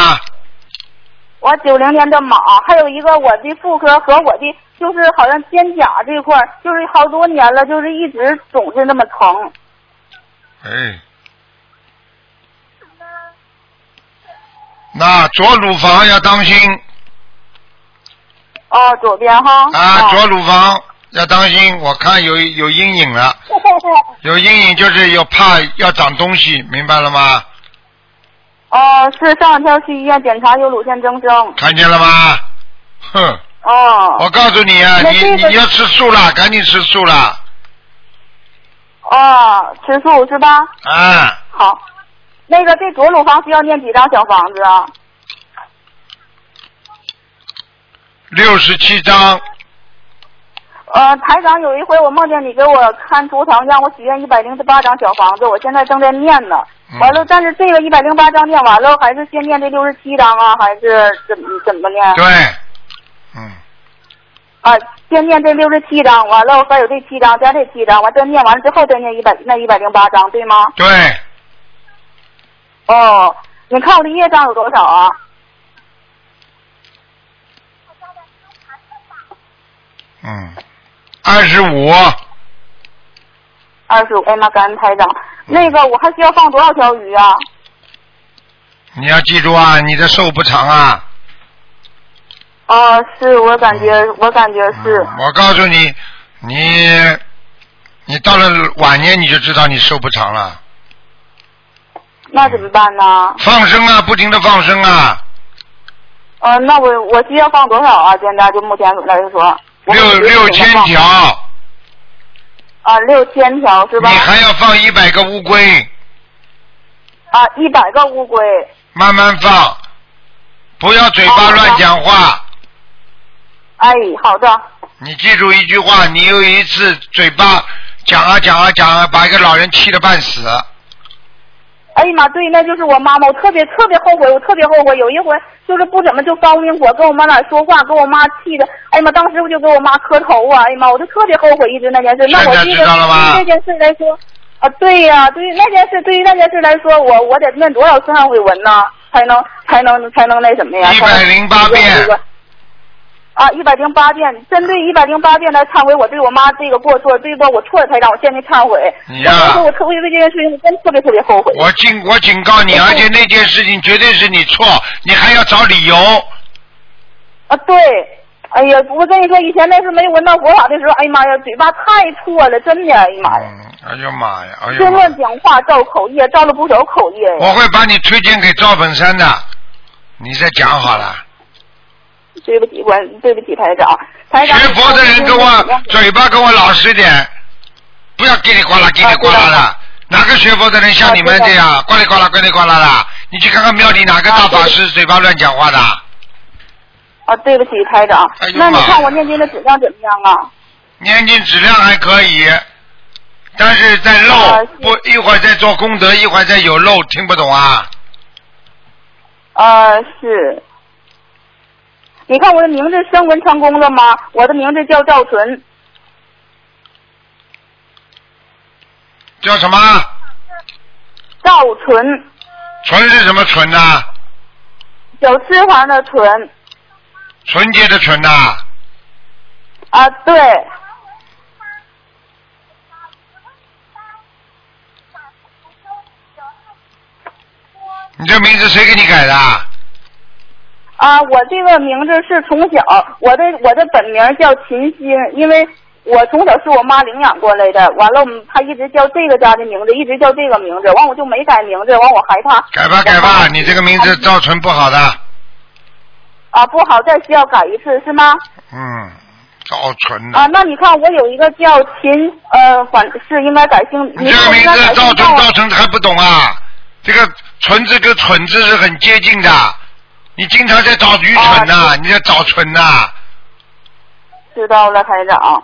Speaker 6: 我九零年的马，还有一个我的妇科和我的就是好像肩胛这块儿，就是好多年了，就是一直总是那么疼。
Speaker 1: 哎，那左乳房要当心
Speaker 6: 哦，左边哈。
Speaker 1: 啊，
Speaker 6: 哦
Speaker 1: 左乳房要当心，我看有有阴影了，有阴影就是有怕要长东西，明白了吗？
Speaker 6: <laughs> 哦，是上两天去医院检查有乳腺增生。
Speaker 1: 看见了吗？哼，
Speaker 6: 哦
Speaker 1: 我告诉你啊，
Speaker 6: 那
Speaker 1: 你
Speaker 6: 这个
Speaker 1: 你要吃素了，赶紧吃素了
Speaker 6: 哦，吃素是吧？
Speaker 1: 啊！
Speaker 6: 好，那个这左乳房需要念几张小房子啊？
Speaker 1: 六十七章，
Speaker 6: 呃，台长有一回我梦见你给我看图腾，让我许愿一百零八张小房子，我现在正在念呢。
Speaker 1: 嗯
Speaker 6: 完了，但是这个一百零八章念完了，还是先念这六十七章啊，还是怎么怎么念？
Speaker 1: 对，嗯，
Speaker 6: 啊，先念这六十七章，完了还有这七章，加这七章，完这念完了之后再念一百那一百零八章，对吗？
Speaker 1: 对，
Speaker 6: 哦，你看我的业障有多少啊？
Speaker 1: 嗯，二十五，
Speaker 6: 二十五，哎妈，感恩台长。
Speaker 1: 嗯
Speaker 6: 那个我还需要放多少条鱼啊？
Speaker 1: 你要记住啊，你的寿不长啊，
Speaker 6: 哦，是我感觉，
Speaker 1: 嗯
Speaker 6: 我感觉是，
Speaker 1: 我告诉你，你你到了晚年你就知道你寿不长了。
Speaker 6: 那怎么办呢？
Speaker 1: 放生啊，不停的放生啊，
Speaker 6: 呃，那我我需要放多少啊？现在就目前来说，我
Speaker 1: 六六千条，
Speaker 6: 啊，六千条是吧
Speaker 1: 你？还要放一百个乌龟，
Speaker 6: 啊，一百个乌龟，
Speaker 1: 慢慢放，不要嘴巴乱讲话。
Speaker 6: 哎，好的，
Speaker 1: 你记住一句话，你有一次嘴巴讲啊讲啊讲啊，把一个老人气得半死。
Speaker 6: 哎呀妈，对，那就是我妈妈，我特别特别后悔，我特别后悔。有一回就是不怎么就发无名火，跟我妈哪说话，给我妈气的，哎呀妈，当时我就给我妈磕头啊，哎呀妈，我就特别后悔一直那件事。那
Speaker 1: 现
Speaker 6: 我
Speaker 1: 在
Speaker 6: 这个
Speaker 1: 知道了吧
Speaker 6: 对这件事来说，啊，对呀、对于那件事，对于那件事来说，我我得念多少次忏悔文呢？才能才能才能那什么呀？
Speaker 1: 108遍
Speaker 6: 才能。啊，一百零八遍，针对一百零八遍来忏悔我对我妈这个过错，对不？我错了，台长，我向您忏悔。
Speaker 1: 你呀
Speaker 6: 我说我特为为这件事情，我真特别特别后悔。
Speaker 1: 我警我警告
Speaker 6: 哎
Speaker 1: 你，而且那件事情绝对是你错，你还要找理由。
Speaker 6: 啊，对，哎呀，我跟你说，以前那时候没闻到佛法的时候，哎呀妈呀，嘴巴太破了，真的，哎呀妈呀，
Speaker 1: 嗯，哎呀妈呀，哎哦呀
Speaker 6: 就
Speaker 1: 妈呀，
Speaker 6: 乱讲话，造口业，造了不少口业呀。
Speaker 1: 我会把你推荐给赵本山的，你再讲好了。
Speaker 6: 对不起，我对不起台长，台
Speaker 1: 学
Speaker 6: 长。
Speaker 1: 佛的人跟我嘴巴跟我老实点，不要叽里
Speaker 6: 啊
Speaker 1: 呱啦叽里呱啦的。哪个学佛的人像你们这样呱里呱啦呱里呱啦的？你去看看庙里哪个大法师嘴巴乱讲话的？
Speaker 6: 啊，对不起，台长。
Speaker 1: 哎呦
Speaker 6: 那你
Speaker 1: 妈呀
Speaker 6: 看我念经的质量怎么样啊？
Speaker 1: 念经质量还可以，但是在
Speaker 6: 啊
Speaker 1: 漏
Speaker 6: 是，
Speaker 1: 不一会儿在做功德，一会儿在有漏，听不懂啊？
Speaker 6: 呃，是。你看我的名字声纹成功了吗？我的名字叫赵纯，
Speaker 1: 叫什么？
Speaker 6: 赵纯，
Speaker 1: 纯是什么啊纯呐、
Speaker 6: 小吃旁的纯
Speaker 1: 纯洁的纯呐、
Speaker 6: 啊，对，
Speaker 1: 你这名字谁给你改的？
Speaker 6: 啊，我这个名字是从小，我的我的本名叫秦心，因为我从小是我妈领养过来的。完了，我们她一直叫这个家的名字，一直叫这个名字。完，我就没改名字，完我害怕。
Speaker 1: 改吧改吧，你这个名字赵纯不好的，
Speaker 6: 啊，不好，再需要改一次是吗？
Speaker 1: 嗯，赵纯呐、
Speaker 6: 啊，那你看我有一个叫秦，呃，反是应该改姓，
Speaker 1: 你这个名
Speaker 6: 应该改
Speaker 1: 字赵
Speaker 6: 姓
Speaker 1: 纯
Speaker 6: 赵
Speaker 1: 赵纯还不懂啊？这个纯字跟蠢字是很接近的，你经常在找愚蠢呐、
Speaker 6: 哦
Speaker 1: 你在找蠢呐、
Speaker 6: 知道了，台
Speaker 1: 啊
Speaker 6: 长。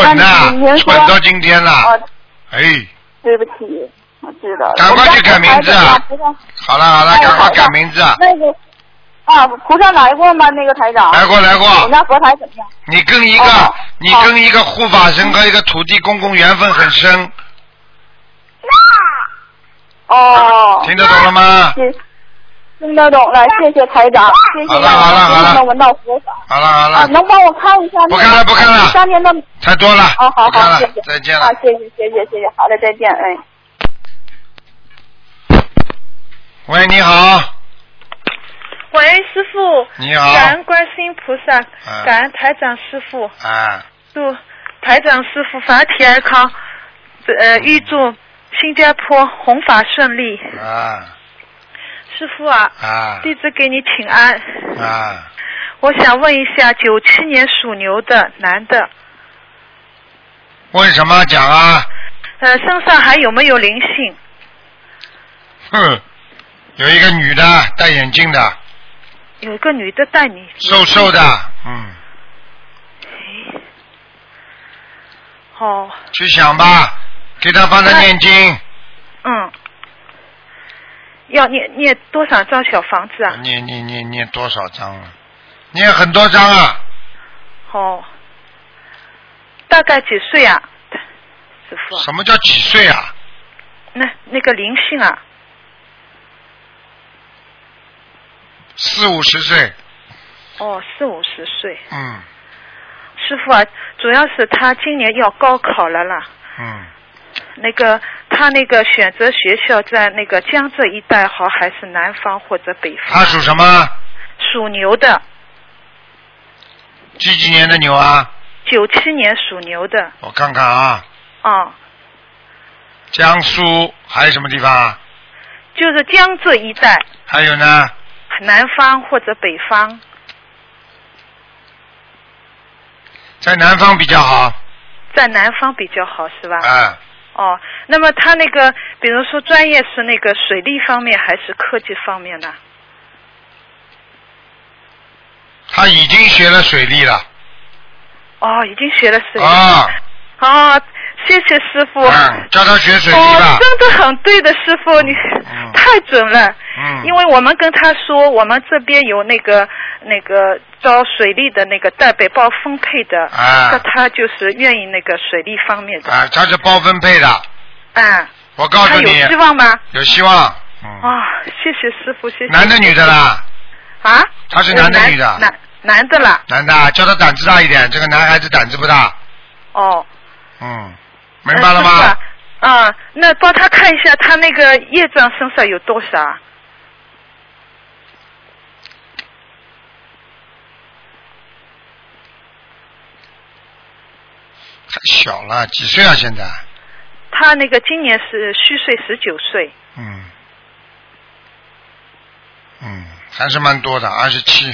Speaker 1: 蠢呐、
Speaker 6: 那你您说
Speaker 1: 蠢到今天了。
Speaker 6: 啊，
Speaker 1: 哎，
Speaker 6: 对不起，我知道了。
Speaker 1: 赶快去改名字啊
Speaker 6: 我刚才
Speaker 1: 好了好了，
Speaker 6: 哎
Speaker 1: 赶快
Speaker 6: 好的
Speaker 1: 改名字啊！
Speaker 6: 那个啊，菩萨来过吗？那个台长。
Speaker 1: 来过来
Speaker 6: 我
Speaker 1: 过，
Speaker 6: 家佛台怎么样？
Speaker 1: 你跟一个
Speaker 6: 哦
Speaker 1: 你
Speaker 6: 好
Speaker 1: 跟一个护法神和一个土地公公缘分很深，
Speaker 6: 哦，
Speaker 1: 听得懂了吗？
Speaker 6: 听听得懂了，谢谢台长，谢谢
Speaker 1: 好了好了好了
Speaker 6: 能能闻到佛法
Speaker 1: 好了好
Speaker 6: 啊，
Speaker 1: 了，
Speaker 6: 能帮我看一下
Speaker 1: 不
Speaker 6: 那
Speaker 1: 看了
Speaker 6: 个
Speaker 1: 不看了
Speaker 6: 三年的
Speaker 1: 太多了，
Speaker 6: 哦，好
Speaker 1: 不看
Speaker 6: 好，谢
Speaker 1: 了
Speaker 6: 谢，，
Speaker 1: 再见了
Speaker 6: 啊，。谢谢谢谢谢谢，好的，再见，哎。
Speaker 1: 喂，你好，
Speaker 8: 喂，师傅，
Speaker 1: 你好，
Speaker 8: 感恩观世音菩萨，
Speaker 1: 嗯
Speaker 8: 感恩台长师傅，
Speaker 1: 啊，
Speaker 8: 祝台长师傅法体安康，呃，预祝新加坡弘法顺利。
Speaker 1: 嗯啊
Speaker 8: 师傅啊，
Speaker 1: 啊
Speaker 8: 弟子给你请安。
Speaker 1: 啊，
Speaker 8: 我想问一下，九七年属牛的男的，
Speaker 1: 问什么讲啊？
Speaker 8: 呃，身上还有没有灵性？
Speaker 1: 哼，有一个女的，戴眼镜的，
Speaker 8: 有一个女的带你，
Speaker 1: 瘦瘦的，嗯，
Speaker 8: 哎哦，
Speaker 1: 去想吧，给她帮她念经，
Speaker 8: 嗯，要念念多少张小房子啊？
Speaker 1: 念念念念多少章了？念很多章啊，
Speaker 8: 哦，大概几岁啊，师傅？
Speaker 1: 什么叫几岁啊？
Speaker 8: 那那个灵性啊，
Speaker 1: 四五十岁，
Speaker 8: 哦，四五十岁，
Speaker 1: 嗯
Speaker 8: 师傅啊，主要是他今年要高考了啦。
Speaker 1: 嗯，
Speaker 8: 那个他那个选择学校在那个江浙一带好，还是南方或者北
Speaker 1: 她
Speaker 8: 方？
Speaker 1: 属什么？
Speaker 8: 属牛的，
Speaker 1: 几几年的牛啊？
Speaker 8: 九七年属牛的，
Speaker 1: 我看看啊，
Speaker 8: 啊，
Speaker 1: 江苏还有什么地方啊？
Speaker 8: 就是江浙一带，
Speaker 1: 还有呢？
Speaker 8: 南方或者北方，
Speaker 1: 在南方比较好。
Speaker 8: 在南方比较好是吧？
Speaker 1: 啊，
Speaker 8: 哦，那么他那个，比如说专业是那个水利方面还是科技方面的？
Speaker 1: 他已经学了水利了
Speaker 8: 哦，已经学了水利。
Speaker 1: 啊，
Speaker 8: 哦，谢谢师傅。
Speaker 1: 嗯，叫他学水利吧
Speaker 8: 哦，。真的很对的，师傅，你、太准了。
Speaker 1: 嗯
Speaker 8: 因为我们跟他说，我们这边有那个那个招水利的那个代北报分配的，
Speaker 1: 啊
Speaker 8: 那他就是愿意那个水利方面的，
Speaker 1: 啊，他是包分配的，
Speaker 8: 啊，
Speaker 1: 我告诉
Speaker 8: 他有
Speaker 1: 你，
Speaker 8: 希望吗？
Speaker 1: 有希望。嗯
Speaker 8: 啊、谢谢师傅，谢谢。
Speaker 1: 男的女的？啦？
Speaker 8: 啊？
Speaker 1: 他是男的女的
Speaker 8: 男男的啦，
Speaker 1: 男的啊，叫他胆子大一点，这个男孩子胆子不大。
Speaker 8: 哦。
Speaker 1: 嗯，明白了
Speaker 8: 呃
Speaker 1: 吗？？
Speaker 8: 是吧啊，那帮他看一下他那个业障身上有多少啊？
Speaker 1: 太
Speaker 8: 呃
Speaker 1: 小了，几岁啊？现在？
Speaker 8: 他那个今年是虚岁十九岁，
Speaker 1: 嗯，嗯，还是蛮多的，二十七。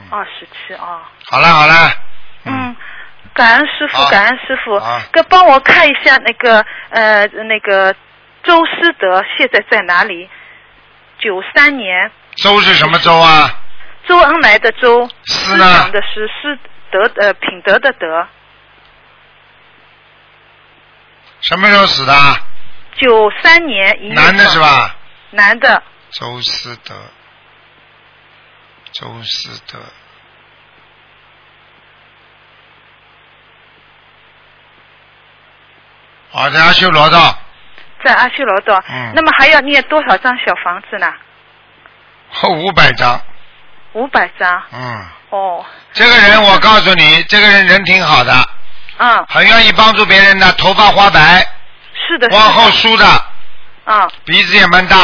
Speaker 1: 嗯
Speaker 8: 二十七啊。
Speaker 1: 好了好了，
Speaker 8: 嗯，感恩师
Speaker 1: 好
Speaker 8: 傅，感恩师傅
Speaker 1: 好，
Speaker 8: 哥帮我看一下那个呃那个周师德现在在哪里？九三年，
Speaker 1: 周是什么周啊？
Speaker 8: 周恩来的周，
Speaker 1: 思
Speaker 8: 思
Speaker 1: 呢
Speaker 8: 想的思，师德呃品德的德，
Speaker 1: 什么时候死的？
Speaker 8: 九三年一月
Speaker 1: 男的
Speaker 8: 份
Speaker 1: 是？吧？
Speaker 8: 男的，
Speaker 1: 周思德，周思德。好的，阿修罗道，
Speaker 8: 在阿修罗道。
Speaker 1: 嗯
Speaker 8: 那么还要念多少张小房子呢？
Speaker 1: 后五百张，
Speaker 8: 五百张。
Speaker 1: 嗯，
Speaker 8: 哦，
Speaker 1: 这个人我告诉你，这个人人挺好的，
Speaker 8: 嗯，
Speaker 1: 很愿意帮助别人的，头发花白，
Speaker 8: 是的，是的
Speaker 1: 往后梳的，
Speaker 8: 嗯
Speaker 1: 鼻子也蛮大，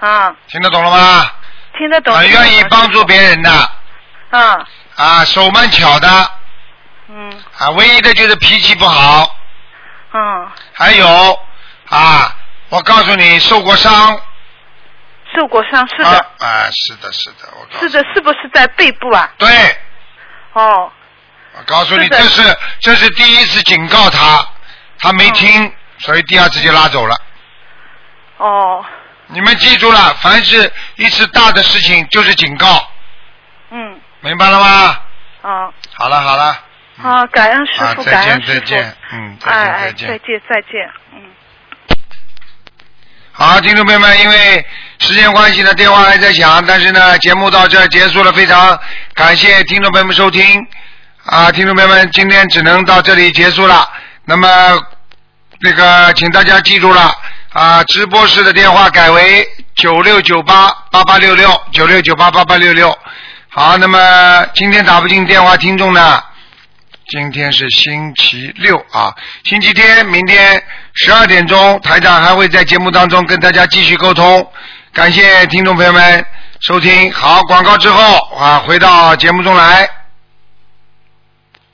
Speaker 8: 嗯，
Speaker 1: 听得懂了吗？
Speaker 8: 听得懂。
Speaker 1: 很愿意帮助别人的，
Speaker 8: 嗯
Speaker 1: 啊，手蛮巧的，
Speaker 8: 嗯
Speaker 1: 啊，唯一的就是脾气不好，
Speaker 8: 嗯，
Speaker 1: 还有啊，我告诉你，受过伤，
Speaker 8: 受过伤是
Speaker 1: 啊
Speaker 8: 的，
Speaker 1: 啊，是的，是的，我告诉
Speaker 8: 是的，是不是在背部啊？
Speaker 1: 对，
Speaker 8: 哦，
Speaker 1: 我告诉你，
Speaker 8: 是的
Speaker 1: 这是这是第一次警告他，他没听，
Speaker 8: 嗯
Speaker 1: 所以第二次就拉走了。
Speaker 8: 哦，
Speaker 1: 你们记住了，凡是一次大的事情就是警告，
Speaker 8: 嗯，
Speaker 1: 明白了吗？
Speaker 8: 啊，
Speaker 1: 好了好了，
Speaker 8: 好，感恩师
Speaker 1: 啊，
Speaker 8: 傅，
Speaker 1: 再
Speaker 8: 感
Speaker 1: 见
Speaker 8: 恩
Speaker 1: 再
Speaker 8: 师傅，
Speaker 1: 见，嗯，再
Speaker 8: 哎
Speaker 1: 见
Speaker 8: 哎，
Speaker 1: 再见
Speaker 8: 再。见再见，嗯，
Speaker 1: 好，听众朋友们，因为时间关系呢，电话还在响，但是呢，节目到这儿结束了，非常感谢听众朋友们收听啊，听众朋友们，今天只能到这里结束了。那么，那个，请大家记住了啊，直播室的电话改为九六九八八八六六九六九八八八六六。好，那么今天打不进电话，听众呢？今天是星期六啊，星期天，明天十二点钟，台长还会在节目当中跟大家继续沟通。感谢听众朋友们收听，好，广告之后啊，回到节目中来。